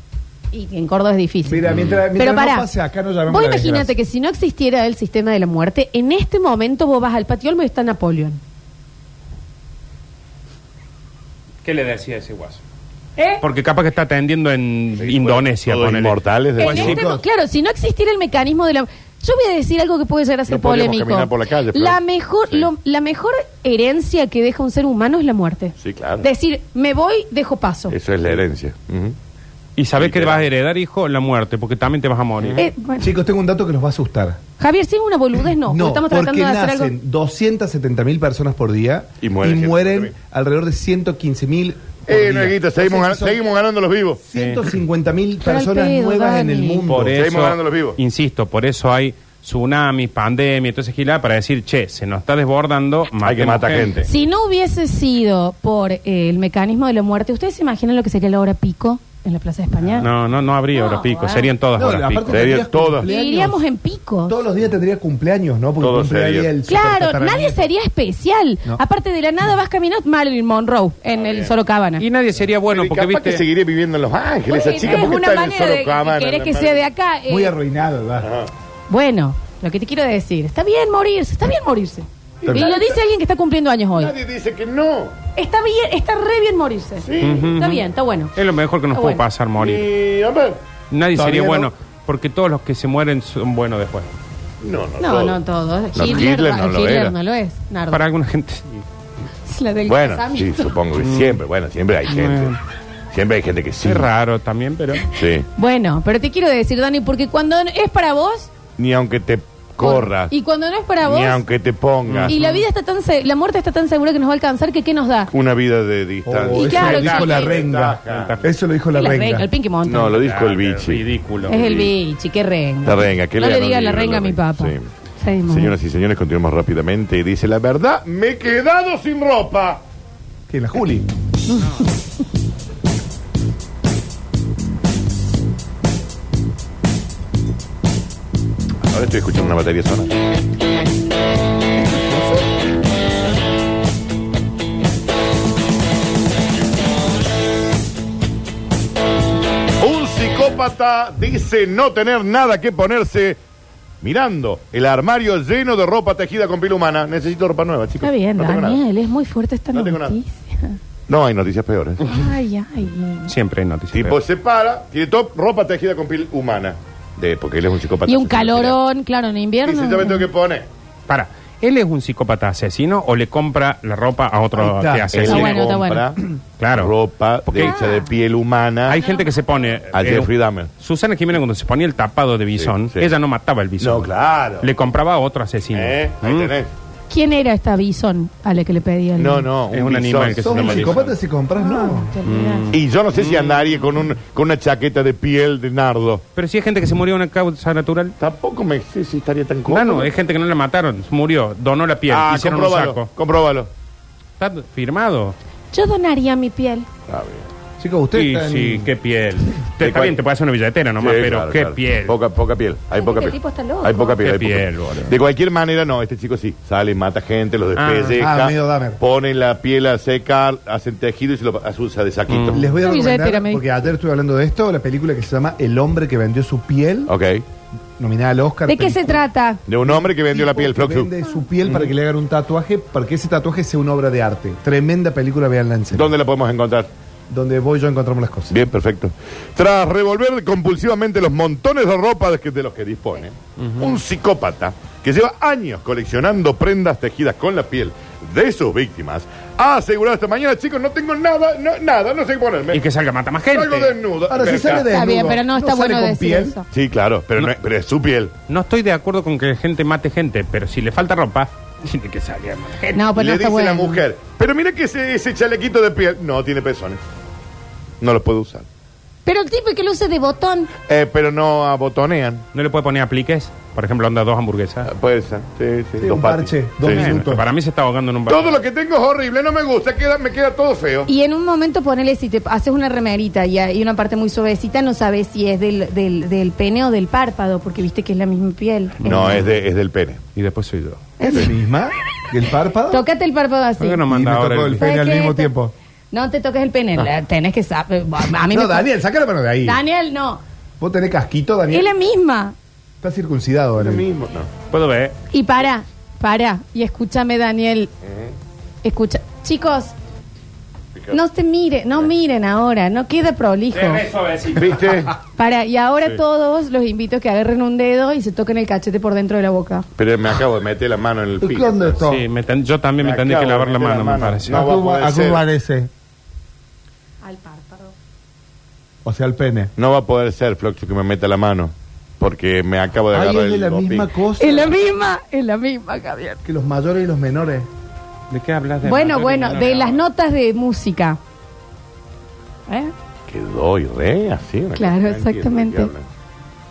Speaker 1: Y en Córdoba es difícil.
Speaker 6: Mira, mientras, mientras
Speaker 1: Pero pará,
Speaker 6: no pase acá, no llamemos
Speaker 1: vos
Speaker 6: la
Speaker 1: imagínate
Speaker 6: desgracia.
Speaker 1: que si no existiera el sistema de la muerte, en este momento vos vas al patio Olmo y está Napoleón.
Speaker 2: ¿Qué le decía ese guaso?
Speaker 1: ¿Eh?
Speaker 2: Porque capaz que está atendiendo en Indonesia.
Speaker 3: Todos
Speaker 2: ponele.
Speaker 3: inmortales. de
Speaker 1: En
Speaker 3: decir.
Speaker 1: este
Speaker 6: chicos.
Speaker 1: mo- claro, si no existiera el mecanismo de la... Yo voy a decir algo que puede llegar a ser
Speaker 3: No podríamos
Speaker 1: polémico.
Speaker 3: caminar por la calle, Flor.
Speaker 1: La mejor,
Speaker 3: Sí.
Speaker 1: lo- la mejor herencia que deja un ser humano es la muerte.
Speaker 3: Sí, claro.
Speaker 1: Decir, me voy, dejo paso.
Speaker 3: Eso es la herencia. Ujú.
Speaker 2: Y sabes que vas a heredar, hijo, la muerte, porque también te vas a morir.
Speaker 1: Eh, bueno.
Speaker 6: Chicos, tengo un dato que nos va a asustar.
Speaker 1: Javier, si es una boludez, no. porque estamos
Speaker 6: porque
Speaker 1: tratando de hacer
Speaker 6: nacen
Speaker 1: algo...
Speaker 6: 270 mil personas por día
Speaker 3: Y mueren
Speaker 6: mueren
Speaker 3: 150.000.
Speaker 6: alrededor de 115 mil.
Speaker 3: Eh, no, Guita, seguimos, gan- seguimos ganando los vivos.
Speaker 6: 150 mil
Speaker 1: Pero al
Speaker 6: personas
Speaker 1: pedo,
Speaker 6: nuevas en
Speaker 1: Dani.
Speaker 6: el mundo.
Speaker 2: Por
Speaker 3: Seguimos
Speaker 2: eso,
Speaker 3: ganando los vivos.
Speaker 2: insisto, por eso hay tsunamis, pandemia, entonces gilada para decir, che, se nos está desbordando,
Speaker 3: Hay que
Speaker 2: matemos
Speaker 3: matar gente.
Speaker 1: Si no hubiese sido por eh, el mecanismo de la muerte, ¿ustedes se imaginan lo que sería la hora pico en la Plaza de España?
Speaker 2: No, no, no habría
Speaker 1: No,
Speaker 2: hora pico,
Speaker 1: bueno.
Speaker 2: serían todas
Speaker 6: No,
Speaker 2: horas
Speaker 6: aparte
Speaker 2: pico.
Speaker 3: Sería
Speaker 6: tendrías
Speaker 3: todo.
Speaker 1: Y
Speaker 6: cumpleaños.
Speaker 1: iríamos en picos.
Speaker 6: Todos los días tendría cumpleaños, ¿no? Porque
Speaker 3: Todos
Speaker 6: cumplearía
Speaker 3: serían.
Speaker 6: el
Speaker 1: Claro,
Speaker 6: supertataranieto.
Speaker 1: nadie sería especial.
Speaker 6: No.
Speaker 1: Aparte de la nada vas caminando Marilyn Monroe en el Sorocabana.
Speaker 2: Y nadie sería bueno,
Speaker 3: Pero
Speaker 2: porque
Speaker 3: capaz que
Speaker 2: viste...
Speaker 3: seguiría viviendo en Los Ángeles, esa
Speaker 1: Bueno,
Speaker 3: chica,
Speaker 1: es
Speaker 3: porque
Speaker 1: una
Speaker 3: está en el
Speaker 1: manera de
Speaker 3: Sorocabana.
Speaker 1: que querés
Speaker 3: en
Speaker 1: que
Speaker 3: la-
Speaker 1: sea de acá. eh,
Speaker 6: Muy arruinado, ¿verdad?
Speaker 3: Ajá.
Speaker 1: Bueno, lo que te quiero decir, está bien morirse, está bien morirse. Y
Speaker 6: Está bien.
Speaker 1: lo dice alguien que está cumpliendo años hoy.
Speaker 3: Nadie dice que no.
Speaker 1: Está bien, está re bien morirse.
Speaker 3: Sí.
Speaker 1: Está bien, está bueno.
Speaker 2: Es lo mejor que nos
Speaker 1: Está
Speaker 2: puede
Speaker 1: Ah, bueno.
Speaker 2: pasar, morir.
Speaker 3: Y, a ver,
Speaker 2: Nadie
Speaker 6: Todavía
Speaker 2: sería
Speaker 6: no.
Speaker 2: bueno, porque todos los que se mueren son buenos después.
Speaker 3: no, no.
Speaker 1: No,
Speaker 3: todo.
Speaker 1: no todos.
Speaker 3: No,
Speaker 1: Hitler,
Speaker 3: Hitler
Speaker 1: va-
Speaker 3: no lo
Speaker 1: Hitler
Speaker 3: era.
Speaker 1: no lo es. Nardo.
Speaker 2: Para alguna gente... sí.
Speaker 1: Es la del
Speaker 3: Bueno, sí,
Speaker 1: casamiento.
Speaker 3: supongo que siempre, bueno, siempre hay gente.
Speaker 2: Mm. Bueno.
Speaker 3: Siempre hay gente que sí.
Speaker 2: Es raro también, pero...
Speaker 3: Sí.
Speaker 1: Bueno, pero te quiero decir, Dani, porque cuando es para vos.
Speaker 3: Ni aunque te corras,
Speaker 1: Y cuando no es para vos.
Speaker 3: ni aunque te pongas
Speaker 1: Y la vida está tan. se- La muerte está tan segura que nos va a alcanzar que ¿qué nos da?
Speaker 3: una vida de distancia.
Speaker 6: Oh,
Speaker 1: Y
Speaker 6: eso
Speaker 1: claro,
Speaker 6: lo dijo
Speaker 1: sí.
Speaker 6: la renga. Eso lo dijo la,
Speaker 1: La
Speaker 6: renga.
Speaker 1: renga, el Pinky Mountain.
Speaker 3: No, lo dijo el
Speaker 2: Ah,
Speaker 3: bichi.
Speaker 2: Ridículo.
Speaker 1: Es el bichi, qué renga.
Speaker 3: La renga, ¿qué
Speaker 1: No le
Speaker 3: le ganó
Speaker 1: diga
Speaker 3: el
Speaker 1: la
Speaker 3: libro,
Speaker 1: renga a mi
Speaker 3: la
Speaker 1: papá.
Speaker 3: renga?
Speaker 1: Seguimos.
Speaker 3: Señoras y señores, continuamos rápidamente. Dice, la verdad, me he quedado sin ropa.
Speaker 6: Que la Juli.
Speaker 3: Ahora estoy escuchando una batería sonar. Ludópata dice no tener nada que ponerse mirando el armario lleno de ropa tejida con pila humana. Necesito ropa nueva, chicos.
Speaker 1: Está bien,
Speaker 3: no tengo nada.
Speaker 1: Daniel, es muy fuerte esta
Speaker 3: No tengo nada.
Speaker 1: noticia.
Speaker 3: No, hay noticias peores.
Speaker 1: Ay, ay.
Speaker 2: Siempre hay noticias.
Speaker 3: Tipo se para, tiene top ropa tejida con pila humana. De, porque él es un psicópata.
Speaker 1: Y un calorón, claro, en invierno.
Speaker 3: Dice, yo me tengo que poner.
Speaker 2: Para, ¿él es un psicópata asesino o le compra la ropa a
Speaker 6: Ahí
Speaker 2: otro
Speaker 6: está.
Speaker 2: que
Speaker 3: Él
Speaker 1: Está
Speaker 3: le
Speaker 2: asesina?
Speaker 1: bueno, está
Speaker 3: compra
Speaker 2: Claro. Ah.
Speaker 3: ropa hecha de piel humana
Speaker 2: Hay gente que se pone.
Speaker 3: a
Speaker 2: eh,
Speaker 3: Jeffrey Dahmer.
Speaker 2: Susana Jiménez, cuando se ponía el tapado de bisón,
Speaker 3: Sí, sí.
Speaker 2: ella no mataba el bisón.
Speaker 3: No, claro.
Speaker 2: Le compraba a otro asesino.
Speaker 3: ¿Eh? Ahí
Speaker 2: ¿Mm?
Speaker 3: tenés.
Speaker 1: ¿Quién era esta bison a la que le Ah, pedían?
Speaker 3: No, no,
Speaker 2: Es un animal que se
Speaker 3: bisón.
Speaker 6: Sos
Speaker 2: llama Mm.
Speaker 6: un
Speaker 2: bisón.
Speaker 6: psicópata si compras, no.
Speaker 1: Te olvidás.
Speaker 3: Y yo no sé si andaría con, un, con una chaqueta de piel de nardo.
Speaker 2: Pero si hay gente que se murió de una causa natural.
Speaker 3: Tampoco me sé si estaría tan cómodo.
Speaker 2: Bueno, hay gente que no la mataron, murió, donó la piel,
Speaker 3: ah,
Speaker 2: hicieron un
Speaker 3: compróbalo,
Speaker 2: saco.
Speaker 3: compróbalo.
Speaker 2: Está firmado.
Speaker 1: Yo donaría mi piel.
Speaker 6: Chicos, usted
Speaker 2: Sí,
Speaker 6: está en-
Speaker 2: sí, qué piel. Te, está
Speaker 3: cuál?
Speaker 2: bien, te puede hacer una billetera nomás,
Speaker 3: Sí,
Speaker 2: pero
Speaker 3: claro,
Speaker 2: qué
Speaker 3: claro.
Speaker 2: piel.
Speaker 3: Poca, poca piel. Hay
Speaker 1: Ay,
Speaker 3: poca
Speaker 1: este
Speaker 3: piel.
Speaker 1: tipo está loco.
Speaker 3: Hay poca piel.
Speaker 2: Qué
Speaker 3: hay poca
Speaker 2: piel,
Speaker 3: piel.
Speaker 2: boludo.
Speaker 3: De cualquier manera, no. Este chico sí. Sale, mata gente, los
Speaker 2: Ah.
Speaker 3: despelleja.
Speaker 6: Ah, medio Dahmer.
Speaker 3: ponen la piel a secar, hacen tejido y se lo hace- usa de saquito.
Speaker 6: Mm. Les voy a
Speaker 1: Una billetera,
Speaker 6: recomendar,
Speaker 1: me dijo.
Speaker 6: porque ayer estuve hablando de esto, la película que se llama El hombre que vendió su piel,
Speaker 3: Ok.
Speaker 6: nominada al Oscar.
Speaker 1: ¿De qué se
Speaker 6: película.
Speaker 1: trata?
Speaker 3: De un hombre que vendió la piel,
Speaker 6: Tipo que
Speaker 3: Floxu.
Speaker 6: Vende su piel para que le hagan un tatuaje, para que ese tatuaje sea una obra de arte. Tremenda película, veanla en serio.
Speaker 3: ¿Dónde la podemos encontrar?
Speaker 6: Donde voy yo encontramos las cosas.
Speaker 3: Bien, perfecto. Tras revolver compulsivamente los montones de ropa de que- de los que dispone, un psicópata que lleva años coleccionando prendas tejidas con la piel de sus víctimas ha asegurado esta mañana, chicos, no tengo nada, no, nada, no sé qué ponerme.
Speaker 2: Y que salga mata más gente.
Speaker 3: Salgo desnudo.
Speaker 6: Ahora, si
Speaker 3: Pero
Speaker 6: sale
Speaker 3: está-
Speaker 6: de
Speaker 1: Está bien, pero no está bueno decir eso.
Speaker 3: Sí, claro, pero, no es- pero es su piel.
Speaker 2: No estoy de acuerdo con que gente mate gente, pero si le falta ropa, tiene que salir a matar gente.
Speaker 6: pues
Speaker 1: No, pero no
Speaker 3: Le dice
Speaker 1: está bueno.
Speaker 3: la mujer, pero mira que ese, ese chalequito de piel no tiene pezones. No los puedo usar.
Speaker 1: Pero el tipo que lo use de botón.
Speaker 3: Eh, pero no abotonean.
Speaker 2: ¿No le puede poner apliques? Por ejemplo, onda dos hamburguesas.
Speaker 3: Ah, Puede ser, sí, sí.
Speaker 6: Sí,
Speaker 3: dos
Speaker 6: un
Speaker 3: patis.
Speaker 6: parche, dos
Speaker 3: Sí, sí.
Speaker 6: minutos.
Speaker 2: Para mí se está ahogando en un barco.
Speaker 3: Todo lo que tengo es horrible, no me gusta, queda, me queda todo feo.
Speaker 1: Y en un momento ponele, si te haces una remerita y hay una parte muy suavecita, no sabes si es del, del, del pene o del párpado, porque viste que es la misma piel.
Speaker 3: No, es, de, es del pene.
Speaker 2: Y después soy yo.
Speaker 6: ¿Es la misma? ¿El párpado?
Speaker 1: Tócate el párpado así.
Speaker 2: ¿Por qué no
Speaker 6: Y me
Speaker 2: manda ahora
Speaker 6: tocó
Speaker 2: el-
Speaker 6: el pene
Speaker 1: ¿Sabes
Speaker 6: al
Speaker 1: qué?
Speaker 6: mismo
Speaker 1: Te-
Speaker 6: tiempo.
Speaker 1: No te toques el pene, la- tenés que saber. A mí
Speaker 6: Ah. No,
Speaker 1: me-
Speaker 6: Daniel, saca la mano de ahí.
Speaker 1: Daniel, no.
Speaker 6: ¿Vos tenés casquito,
Speaker 1: Es
Speaker 6: Daniel?
Speaker 1: la misma.
Speaker 6: Está circuncidado, Daniel.
Speaker 2: Puedo ver.
Speaker 1: Y para, para. Y escúchame, Daniel. Escucha. Chicos, no te miren, no miren ahora, no queda prolijo.
Speaker 3: ¿Viste?
Speaker 1: Para, y ahora todos los invito a que agarren un dedo y se toquen el cachete por dentro de la boca.
Speaker 3: Pero me acabo de meter la mano en el
Speaker 6: ¿Y
Speaker 3: piso.
Speaker 6: ¿Dónde está?
Speaker 2: Sí, me ten- yo también me,
Speaker 3: Me
Speaker 2: tendré que
Speaker 3: acabo de
Speaker 2: lavar la
Speaker 3: meter la
Speaker 2: mano, me
Speaker 3: mano.
Speaker 2: parece.
Speaker 3: No.
Speaker 6: ¿A
Speaker 3: va a
Speaker 6: cómo-
Speaker 3: poder
Speaker 6: a cómo
Speaker 3: ser.
Speaker 6: parece?
Speaker 1: Al párpado.
Speaker 6: O sea, el pene.
Speaker 3: No va a poder ser, Floxu, que me meta la mano. Porque me acabo de
Speaker 6: Ay,
Speaker 3: agarrar
Speaker 6: es de
Speaker 3: el
Speaker 6: la
Speaker 3: doping.
Speaker 6: misma cosa.
Speaker 1: Es la misma, es la misma, Javier.
Speaker 6: Que los mayores y los menores.
Speaker 2: ¿De qué hablas? De
Speaker 1: Bueno,
Speaker 2: matar
Speaker 1: bueno,
Speaker 2: animales?
Speaker 1: de las notas de música. ¿Eh?
Speaker 3: Quedó y re, así. una
Speaker 1: Claro,
Speaker 3: cosa, no entiendo
Speaker 1: exactamente.
Speaker 3: qué hablan.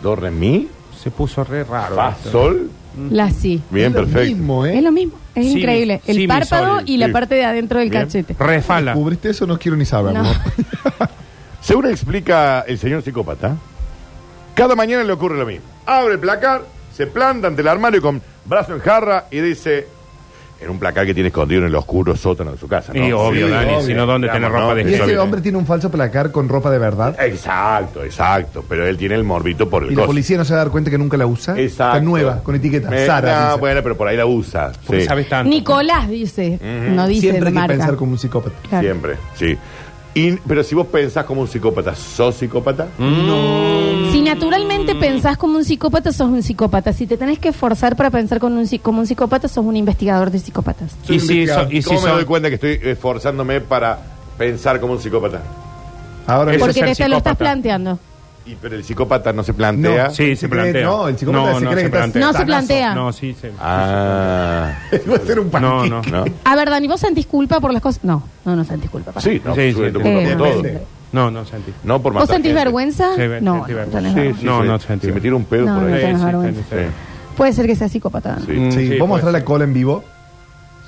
Speaker 3: Do, re, mi,
Speaker 2: Se puso re raro.
Speaker 3: fa,
Speaker 2: esto.
Speaker 3: sol.
Speaker 1: La sí.
Speaker 3: Bien,
Speaker 6: Es lo
Speaker 3: perfecto.
Speaker 6: mismo, ¿eh?
Speaker 1: Es lo mismo, es
Speaker 2: Sí,
Speaker 1: increíble.
Speaker 2: sí,
Speaker 1: El
Speaker 2: mi
Speaker 1: párpado
Speaker 2: sol,
Speaker 1: y la
Speaker 3: sí.
Speaker 1: parte de adentro del
Speaker 3: Bien.
Speaker 1: cachete.
Speaker 2: Refala.
Speaker 6: ¿Cubriste eso? No quiero ni saberlo.
Speaker 1: No.
Speaker 3: Según explica el señor psicópata, cada mañana le ocurre lo mismo. Abre el placar, se planta ante el armario con brazo en jarra y dice, en un placar que tiene escondido en el oscuro sótano de su casa. ¿no?
Speaker 2: Y obvio,
Speaker 6: Sí,
Speaker 2: Dani,
Speaker 6: obvio.
Speaker 2: si no, ¿dónde tenés
Speaker 3: Digamos,
Speaker 2: ropa
Speaker 3: no,
Speaker 2: de
Speaker 6: Y
Speaker 3: eso
Speaker 2: gente?
Speaker 6: ese
Speaker 3: viene.
Speaker 6: hombre tiene un falso placar con ropa de verdad.
Speaker 3: Exacto, exacto. Pero él tiene el morbito por el
Speaker 6: Y la
Speaker 3: coso.
Speaker 6: policía no se va a dar cuenta que nunca la usa.
Speaker 3: Exacto.
Speaker 6: Está nueva, con etiqueta.
Speaker 3: Eh,
Speaker 6: Sara.
Speaker 3: no,
Speaker 6: dice.
Speaker 3: bueno, pero por ahí la usa.
Speaker 2: Porque
Speaker 3: sí.
Speaker 2: sabes tanto.
Speaker 1: Nicolás dice, no dice
Speaker 6: Siempre hay que
Speaker 1: marca.
Speaker 6: pensar como un psicópata.
Speaker 1: Claro.
Speaker 3: Siempre, sí. Y- pero si vos pensás como un psicópata, ¿sos psicópata?
Speaker 1: Si naturalmente pensás como un psicópata, sos un psicópata. Si te tenés que esforzar para pensar con un, psi- como un psicópata, sos un investigador de psicópatas.
Speaker 2: Y si, so- y si
Speaker 3: ¿Cómo me
Speaker 2: so-
Speaker 3: doy cuenta que estoy esforzándome para pensar como un psicópata?
Speaker 6: Ahora
Speaker 2: Eso
Speaker 6: no.
Speaker 2: es
Speaker 1: Porque
Speaker 2: ser
Speaker 1: te lo estás
Speaker 2: psicópata.
Speaker 1: planteando.
Speaker 3: Y, pero el psicópata no se plantea.
Speaker 6: No,
Speaker 2: Sí, se
Speaker 6: Se cree-
Speaker 2: plantea.
Speaker 6: no, el psicópata se cree que está-
Speaker 2: plantea.
Speaker 1: No se plantea.
Speaker 2: No, sí, se...
Speaker 3: Ah.
Speaker 6: va a ser un
Speaker 2: No,
Speaker 6: panqueque.
Speaker 2: no.
Speaker 3: ¿No?
Speaker 1: A ver, Dani, ¿vos sentís culpa por las cosas? No, no, no sentís culpa. para.
Speaker 3: Sí, no,
Speaker 2: Sí,
Speaker 3: sube
Speaker 2: sí,
Speaker 3: tu
Speaker 2: sí.
Speaker 3: culo
Speaker 1: Eh,
Speaker 3: por todo.
Speaker 6: depende.
Speaker 2: No, no sentí.
Speaker 3: No por matar
Speaker 1: ¿Vos sentís
Speaker 3: gente.
Speaker 1: vergüenza?
Speaker 2: Sí, ver-
Speaker 1: no,
Speaker 2: sentí
Speaker 1: no,
Speaker 2: vergüenza.
Speaker 1: tenés
Speaker 3: Sí,
Speaker 1: vergüenza.
Speaker 3: sí,
Speaker 2: No,
Speaker 3: sí.
Speaker 2: no sentí
Speaker 3: Si me tiro un pedo
Speaker 1: No,
Speaker 3: por
Speaker 1: no
Speaker 3: ahí.
Speaker 1: tenés
Speaker 2: sí,
Speaker 1: vergüenza.
Speaker 2: sentí, sí.
Speaker 1: Puede ser que sea psicópata. Dani.
Speaker 3: Sí.
Speaker 6: Sí,
Speaker 2: Sí,
Speaker 6: ¿Vos
Speaker 2: pues.
Speaker 6: mostrás la cola en vivo?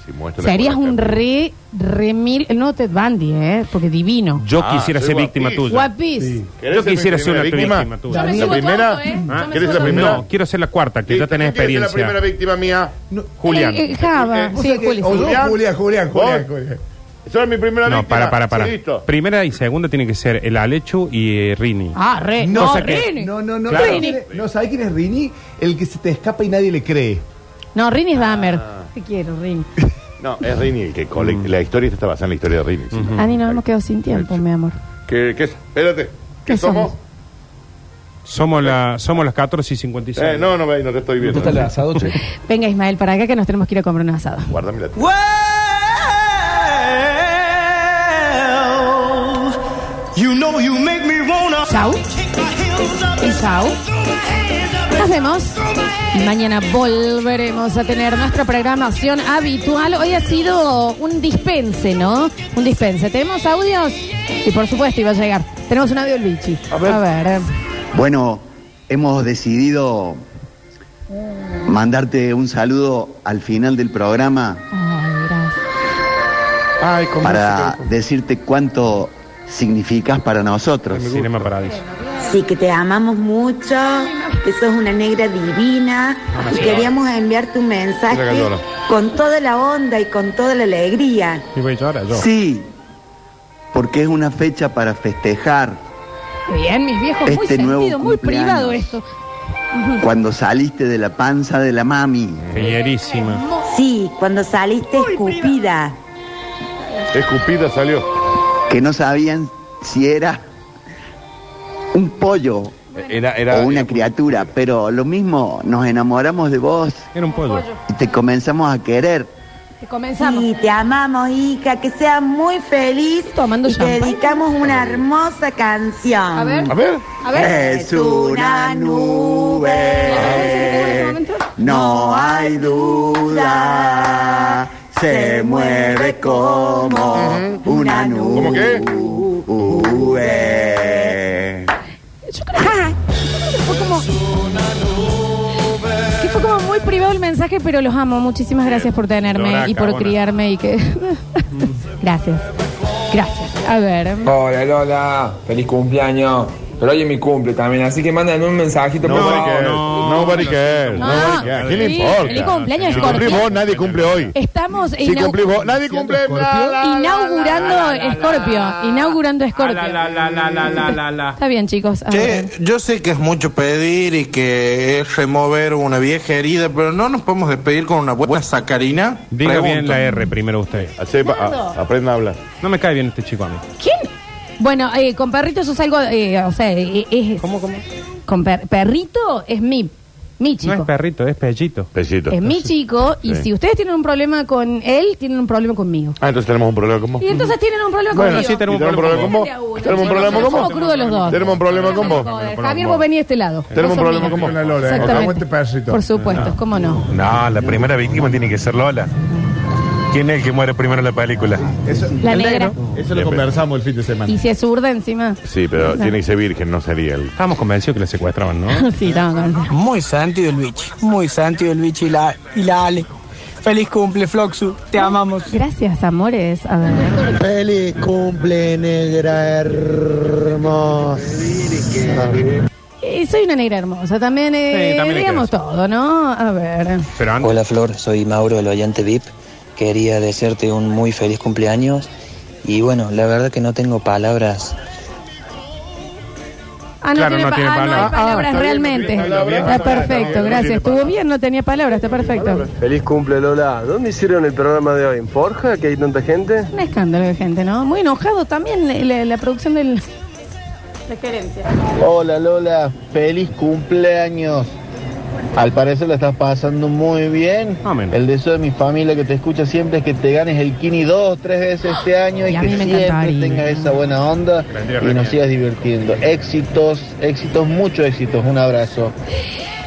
Speaker 3: Si muestra la
Speaker 1: Serías
Speaker 3: cola
Speaker 1: un
Speaker 3: acá.
Speaker 1: re, re mil. El nuevo Ted Bundy, ¿eh? Porque divino.
Speaker 2: Yo
Speaker 3: Ah,
Speaker 2: quisiera
Speaker 3: soy
Speaker 2: ser
Speaker 3: guapísimo.
Speaker 2: víctima tuya. ¿Ah?
Speaker 1: Guapis.
Speaker 6: Sí.
Speaker 3: ¿Querés
Speaker 2: Yo
Speaker 3: mi
Speaker 2: quisiera ser una
Speaker 3: primera
Speaker 2: víctima
Speaker 1: Yo
Speaker 2: tuya.
Speaker 1: me
Speaker 3: ¿La
Speaker 1: subo
Speaker 3: primera?
Speaker 1: todo, ¿eh?
Speaker 3: ¿Ah?
Speaker 1: Yo me
Speaker 3: ¿Querés
Speaker 1: subo
Speaker 3: la
Speaker 1: todo.
Speaker 3: primera?
Speaker 2: No, quiero ser la cuarta, que
Speaker 3: Listo,
Speaker 2: ya tenés
Speaker 3: ¿quién quiere ser la primera
Speaker 2: experiencia.
Speaker 3: víctima mía?
Speaker 1: Eh, eh, Java.
Speaker 3: Eh,
Speaker 1: Sí,
Speaker 6: O sea que-
Speaker 1: Juli.
Speaker 6: o yo,
Speaker 3: Julián.
Speaker 6: Julián, Julián, Julián,
Speaker 3: ¿Vos?
Speaker 6: Julián.
Speaker 3: Soy mi primera
Speaker 2: No,
Speaker 3: víctima.
Speaker 2: para, para, para.
Speaker 3: Sí, listo.
Speaker 2: Primera y segunda tiene que ser el Alechu y eh, Rini.
Speaker 1: Ah, re.
Speaker 2: No,
Speaker 1: No,
Speaker 2: cosa que-
Speaker 1: Rini.
Speaker 6: No, no, no.
Speaker 1: Claro.
Speaker 6: ¿sabes quién es- No, ¿sabes quién es Rini? El que se te escapa y nadie le cree.
Speaker 1: No, Rini es Dahmer. Te quiero, Rini.
Speaker 3: No, es Rini el que
Speaker 2: Mm.
Speaker 3: colecta. La historia está basada en la historia de Rini. sí.
Speaker 1: Ani, no hemos quedado sin tiempo, mi amor.
Speaker 3: ¿Qué, qué es? Espérate. ¿Qué
Speaker 1: ¿Qué
Speaker 3: somos?
Speaker 1: somos?
Speaker 2: Somos, la, somos las 14 y 56.
Speaker 3: Eh, no, no, me- no te estoy viendo.
Speaker 6: ¿Está el asado, che?
Speaker 1: Venga, Ismael, para acá que nos tenemos que ir a comprar un asado.
Speaker 3: Guárdame la t-
Speaker 1: Chau. Y chau. Nos vemos. Y mañana volveremos a tener nuestra programación habitual. Hoy ha sido un dispense, ¿no? Un dispense. ¿Tenemos audios? Y por supuesto iba a llegar. Tenemos un audio del bichi. A ver.
Speaker 9: Bueno, hemos decidido mandarte un saludo al final del programa
Speaker 1: Ay, gracias.
Speaker 3: Ay, cómo
Speaker 9: para
Speaker 3: se-
Speaker 9: decirte cuánto significas para nosotros.
Speaker 2: Cinema Paradiso.
Speaker 10: Sí, que te amamos mucho, que sos una negra divina y queríamos enviar tu
Speaker 3: Mira
Speaker 10: mensaje
Speaker 3: que llora.
Speaker 10: con toda la onda y con toda la alegría.
Speaker 2: Y voy a llorar yo.
Speaker 9: Sí, porque es una fecha para festejar
Speaker 1: Bien, mis viejos, muy
Speaker 9: Este nuevo
Speaker 1: sentido, muy
Speaker 9: cumpleaños.
Speaker 1: privado esto.
Speaker 9: cuando saliste de la panza de la mami.
Speaker 2: Fierísima.
Speaker 10: Sí, cuando saliste escupida.
Speaker 3: Escupida salió.
Speaker 9: que no sabían si era un pollo
Speaker 3: Eh, Era, era,
Speaker 9: o una criatura, pero lo mismo, nos enamoramos de vos
Speaker 2: Era un pollo.
Speaker 9: y te comenzamos a querer.
Speaker 1: Que Comenzamos.
Speaker 10: Sí, te amamos, hija, que seas muy feliz
Speaker 1: Tomando
Speaker 10: y te
Speaker 1: champagne.
Speaker 10: dedicamos una hermosa canción.
Speaker 1: A ver,
Speaker 3: A ver.
Speaker 1: a ver.
Speaker 9: Es una
Speaker 1: este
Speaker 9: nube, no hay duda, se mueve como una nube.
Speaker 3: ¿Cómo qué?
Speaker 1: Yo creo que, yo creo que fue como. Que fue como muy privado el mensaje, pero los amo. Muchísimas gracias por tenerme
Speaker 2: Doraca,
Speaker 1: y por
Speaker 2: buena.
Speaker 1: criarme y que. gracias. Gracias. A ver.
Speaker 11: Hola Lola, feliz cumpleaños. Pero hoy es mi cumple también, así que manden un mensajito por
Speaker 3: Nobody
Speaker 11: favor.
Speaker 3: cares.
Speaker 2: no,
Speaker 3: Nobody
Speaker 2: no,
Speaker 3: cares.
Speaker 1: no,
Speaker 3: Nobody
Speaker 1: no,
Speaker 3: cares. ¿Quién le
Speaker 1: Ah, sí,
Speaker 3: importa?
Speaker 1: el cumpleaños
Speaker 3: si
Speaker 1: es
Speaker 3: cumplís
Speaker 1: cortito. Eh,
Speaker 3: vos, nadie cumple hoy.
Speaker 1: Estamos
Speaker 3: Si
Speaker 1: inau-
Speaker 3: cumplís vos, nadie cumple.
Speaker 6: ¿Scorpio?
Speaker 3: La, la, la, la, la,
Speaker 1: inaugurando
Speaker 3: la,
Speaker 1: Scorpio.
Speaker 3: la.
Speaker 1: Inaugurando Scorpio.
Speaker 2: Ah, la, la, la, la, la.
Speaker 1: Está bien, chicos. A ver.
Speaker 11: Eh, yo sé que es mucho pedir y que es remover una vieja herida, pero no nos podemos despedir con una buena sacarina.
Speaker 2: Diga bien la R primero usted.
Speaker 3: Sepa- a- ah, aprenda a hablar.
Speaker 2: No me cae bien este chico a mí.
Speaker 1: ¿Quién? Bueno, eh, con perrito sos algo. eh, o sea, eh, es.
Speaker 2: ¿Cómo, cómo?
Speaker 1: Con per- perrito es mi. Mi chico.
Speaker 2: No es perrito, es pellito.
Speaker 3: Besito.
Speaker 1: Es mi chico y
Speaker 3: Sí.
Speaker 1: si ustedes tienen un problema con él, tienen un problema conmigo.
Speaker 3: Ah, entonces tenemos un problema con vos.
Speaker 1: Y entonces tienen un problema
Speaker 3: Bueno,
Speaker 1: conmigo.
Speaker 3: sí, tenemos un problema con vos.
Speaker 1: Pónganle a uno.
Speaker 3: Tenemos un problema con
Speaker 1: Somos
Speaker 3: vos.
Speaker 1: crudos los dos.
Speaker 3: Tenemos un problema con vos.
Speaker 1: Joder, Javier, vos vení de este lado. Vos
Speaker 3: Tenemos un
Speaker 1: sos
Speaker 3: problema
Speaker 1: mío.
Speaker 3: con vos.
Speaker 6: Con la Lola, ¿eh? Aguante,
Speaker 1: Exactamente.
Speaker 6: perrito.
Speaker 1: Por supuesto, cómo no.
Speaker 11: No, la primera víctima tiene que ser Lola. ¿Quién es el que muere primero en la película?
Speaker 6: Eso,
Speaker 1: La negra.
Speaker 6: eso lo conversamos el fin de semana.
Speaker 1: Y si es zurda encima.
Speaker 3: Sí, pero tiene que ser virgen, no sería el.
Speaker 2: Estábamos convencidos que le secuestraban, ¿no?
Speaker 1: Sí, estamos con-
Speaker 11: Muy santi del bicho, muy santi del bicho y la, y la Ale. Feliz cumple, Floxu, te amamos.
Speaker 1: Gracias, amores. A ver.
Speaker 9: Feliz cumple, negra hermosa.
Speaker 1: Y Eh, soy una negra hermosa. También, eh,
Speaker 2: Sí, también hay que
Speaker 1: digamos todo, ¿no? A ver.
Speaker 2: Pero antes.
Speaker 9: Hola Flor, soy Mauro del Oyente VIP. Quería desearte un muy feliz cumpleaños. Y bueno, la verdad que no tengo palabras.
Speaker 1: Ah, no
Speaker 2: Claro,
Speaker 1: tiene,
Speaker 2: no
Speaker 1: pa-
Speaker 2: tiene
Speaker 1: ah, no hay
Speaker 2: palabras.
Speaker 1: palabras realmente.
Speaker 3: está bien,
Speaker 1: Está
Speaker 3: está bien.
Speaker 1: perfecto,
Speaker 3: No
Speaker 1: gracias.
Speaker 3: tiene
Speaker 1: Estuvo bien, no tenía palabras, está perfecto.
Speaker 11: Feliz cumple, Lola. ¿Dónde hicieron el programa de hoy? ¿En Forja, que hay tanta gente?
Speaker 1: Un escándalo de gente, ¿no? Muy enojado también eh, la, la producción del... La gerencia.
Speaker 9: Hola Lola, feliz cumpleaños. Al parecer la estás pasando muy bien.
Speaker 2: Más o menos.
Speaker 9: El deseo de mi familia que te escucha siempre es que te ganes el Kini dos, tres veces este año
Speaker 1: y
Speaker 9: y,
Speaker 1: a
Speaker 9: que
Speaker 1: mí me
Speaker 9: siempre
Speaker 1: encantaría.
Speaker 9: tengas esa buena onda
Speaker 2: Vendría
Speaker 9: y
Speaker 2: genial.
Speaker 9: nos sigas divirtiendo. Éxitos, éxitos, muchos éxitos. Un abrazo.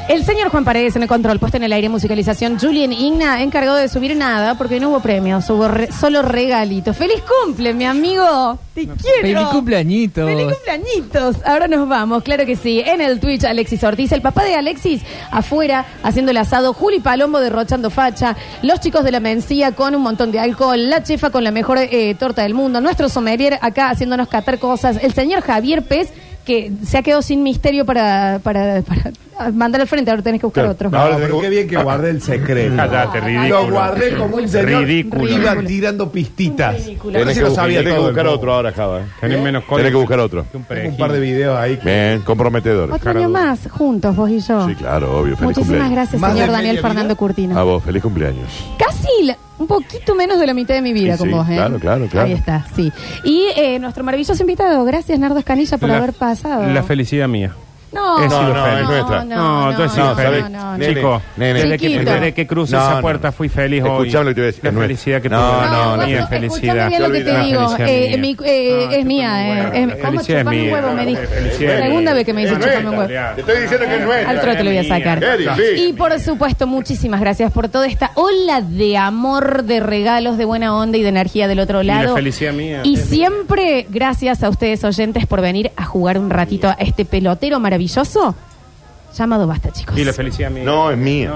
Speaker 1: El señor Juan Paredes en el control, puesto en el aire, musicalización. Julian Igna, encargado de subir nada, porque no hubo premios, hubo re- solo regalitos. ¡Feliz cumple, mi amigo! ¡Te quiero!
Speaker 5: Feliz cumpleañitos.
Speaker 1: ¡Feliz cumpleañitos! Ahora nos vamos, claro que sí. En el Twitch, Alexis Ortiz, el papá de Alexis, afuera, haciendo el asado. Juli Palombo derrochando facha. Los chicos de la mencía con un montón de alcohol. La chefa con la mejor eh, torta del mundo. Nuestro sommelier acá haciéndonos catar cosas. El señor Javier Pez que se ha quedado sin misterio para, para, para mandar al frente. Ahora tenés que buscar
Speaker 3: Claro.
Speaker 1: otro.
Speaker 3: Ahora
Speaker 6: No, pero
Speaker 3: tengo-
Speaker 6: qué bien que guardé el secreto.
Speaker 2: Cállate, ridículo.
Speaker 6: Lo guardé como un señor.
Speaker 2: Ridículo.
Speaker 6: Iba tirando pistitas.
Speaker 3: Tenés
Speaker 6: Sí
Speaker 3: que,
Speaker 6: lo
Speaker 3: bu-
Speaker 6: sabía
Speaker 3: tenés que
Speaker 6: todo el
Speaker 3: buscar
Speaker 6: mundo.
Speaker 3: otro ahora, Java. ¿eh?
Speaker 2: Tenés
Speaker 3: Tenés
Speaker 2: menos
Speaker 3: que
Speaker 2: código
Speaker 3: buscar otro.
Speaker 2: que un
Speaker 6: Tengo un
Speaker 2: perejil.
Speaker 6: par de videos ahí. que-
Speaker 3: Bien, comprometedor.
Speaker 1: Otro año más, juntos, vos y yo.
Speaker 3: Sí, claro, obvio. Feliz
Speaker 1: Muchísimas
Speaker 3: cumpleaños. Ah,
Speaker 1: gracias,
Speaker 6: Más de
Speaker 1: señor
Speaker 6: media
Speaker 1: Daniel
Speaker 6: vida.
Speaker 1: Fernando Curtino.
Speaker 3: A vos, feliz cumpleaños.
Speaker 1: Casi la- un poquito menos de la mitad de mi vida
Speaker 3: Sí,
Speaker 1: con
Speaker 3: sí,
Speaker 1: vos, ¿eh?
Speaker 3: claro, claro, claro.
Speaker 1: Ahí está, sí. Y eh, nuestro maravilloso invitado, gracias Nardo Escanilla por
Speaker 2: La-
Speaker 1: haber pasado.
Speaker 2: La felicidad mía.
Speaker 1: no,
Speaker 2: He
Speaker 1: no,
Speaker 2: sido
Speaker 1: no,
Speaker 2: feliz.
Speaker 3: es nuestra.
Speaker 1: No, no,
Speaker 2: tú has sido
Speaker 1: no,
Speaker 2: feliz.
Speaker 1: no, no, no.
Speaker 3: Nene,
Speaker 2: Chico,
Speaker 3: nene.
Speaker 2: desde, que,
Speaker 1: Chiquito.
Speaker 2: desde que crucé
Speaker 3: No,
Speaker 2: esa
Speaker 3: no,
Speaker 2: puerta
Speaker 3: no.
Speaker 2: fui feliz hoy.
Speaker 3: Escuchame lo que te voy a decir,
Speaker 2: La
Speaker 3: es nuestra.
Speaker 2: felicidad que
Speaker 3: No,
Speaker 2: tuve.
Speaker 3: no,
Speaker 1: no,
Speaker 3: no.
Speaker 2: mía
Speaker 1: no,
Speaker 2: felicidad.
Speaker 1: escuchame bien lo que te
Speaker 3: La
Speaker 1: digo.
Speaker 2: felicidad
Speaker 1: eh,
Speaker 2: mía. Ah,
Speaker 1: mi- eh, es mía, eh.
Speaker 2: huevo, la
Speaker 1: Es, ¿Cómo chupame
Speaker 2: felicidad es
Speaker 1: un
Speaker 2: mía,
Speaker 1: huevo?
Speaker 2: la
Speaker 1: Me dijo.
Speaker 2: felicidad es
Speaker 1: Segunda
Speaker 2: mía.
Speaker 1: vez que me
Speaker 3: Es
Speaker 1: dice chupame un
Speaker 3: nuestra.
Speaker 1: huevo.
Speaker 3: Te estoy diciendo que es nuestra.
Speaker 1: Al otro te lo voy a sacar.
Speaker 3: Qué difícil.
Speaker 1: Y por supuesto, muchísimas gracias por toda esta ola de amor, de regalos, de buena onda y de energía del otro
Speaker 2: Y la
Speaker 1: lado.
Speaker 2: felicidad mía.
Speaker 1: Y siempre gracias a ustedes oyentes por venir a jugar un ratito a este pelotero maravilloso llamado Basta, chicos.
Speaker 2: Y la felicidad mía.
Speaker 3: No, es mía.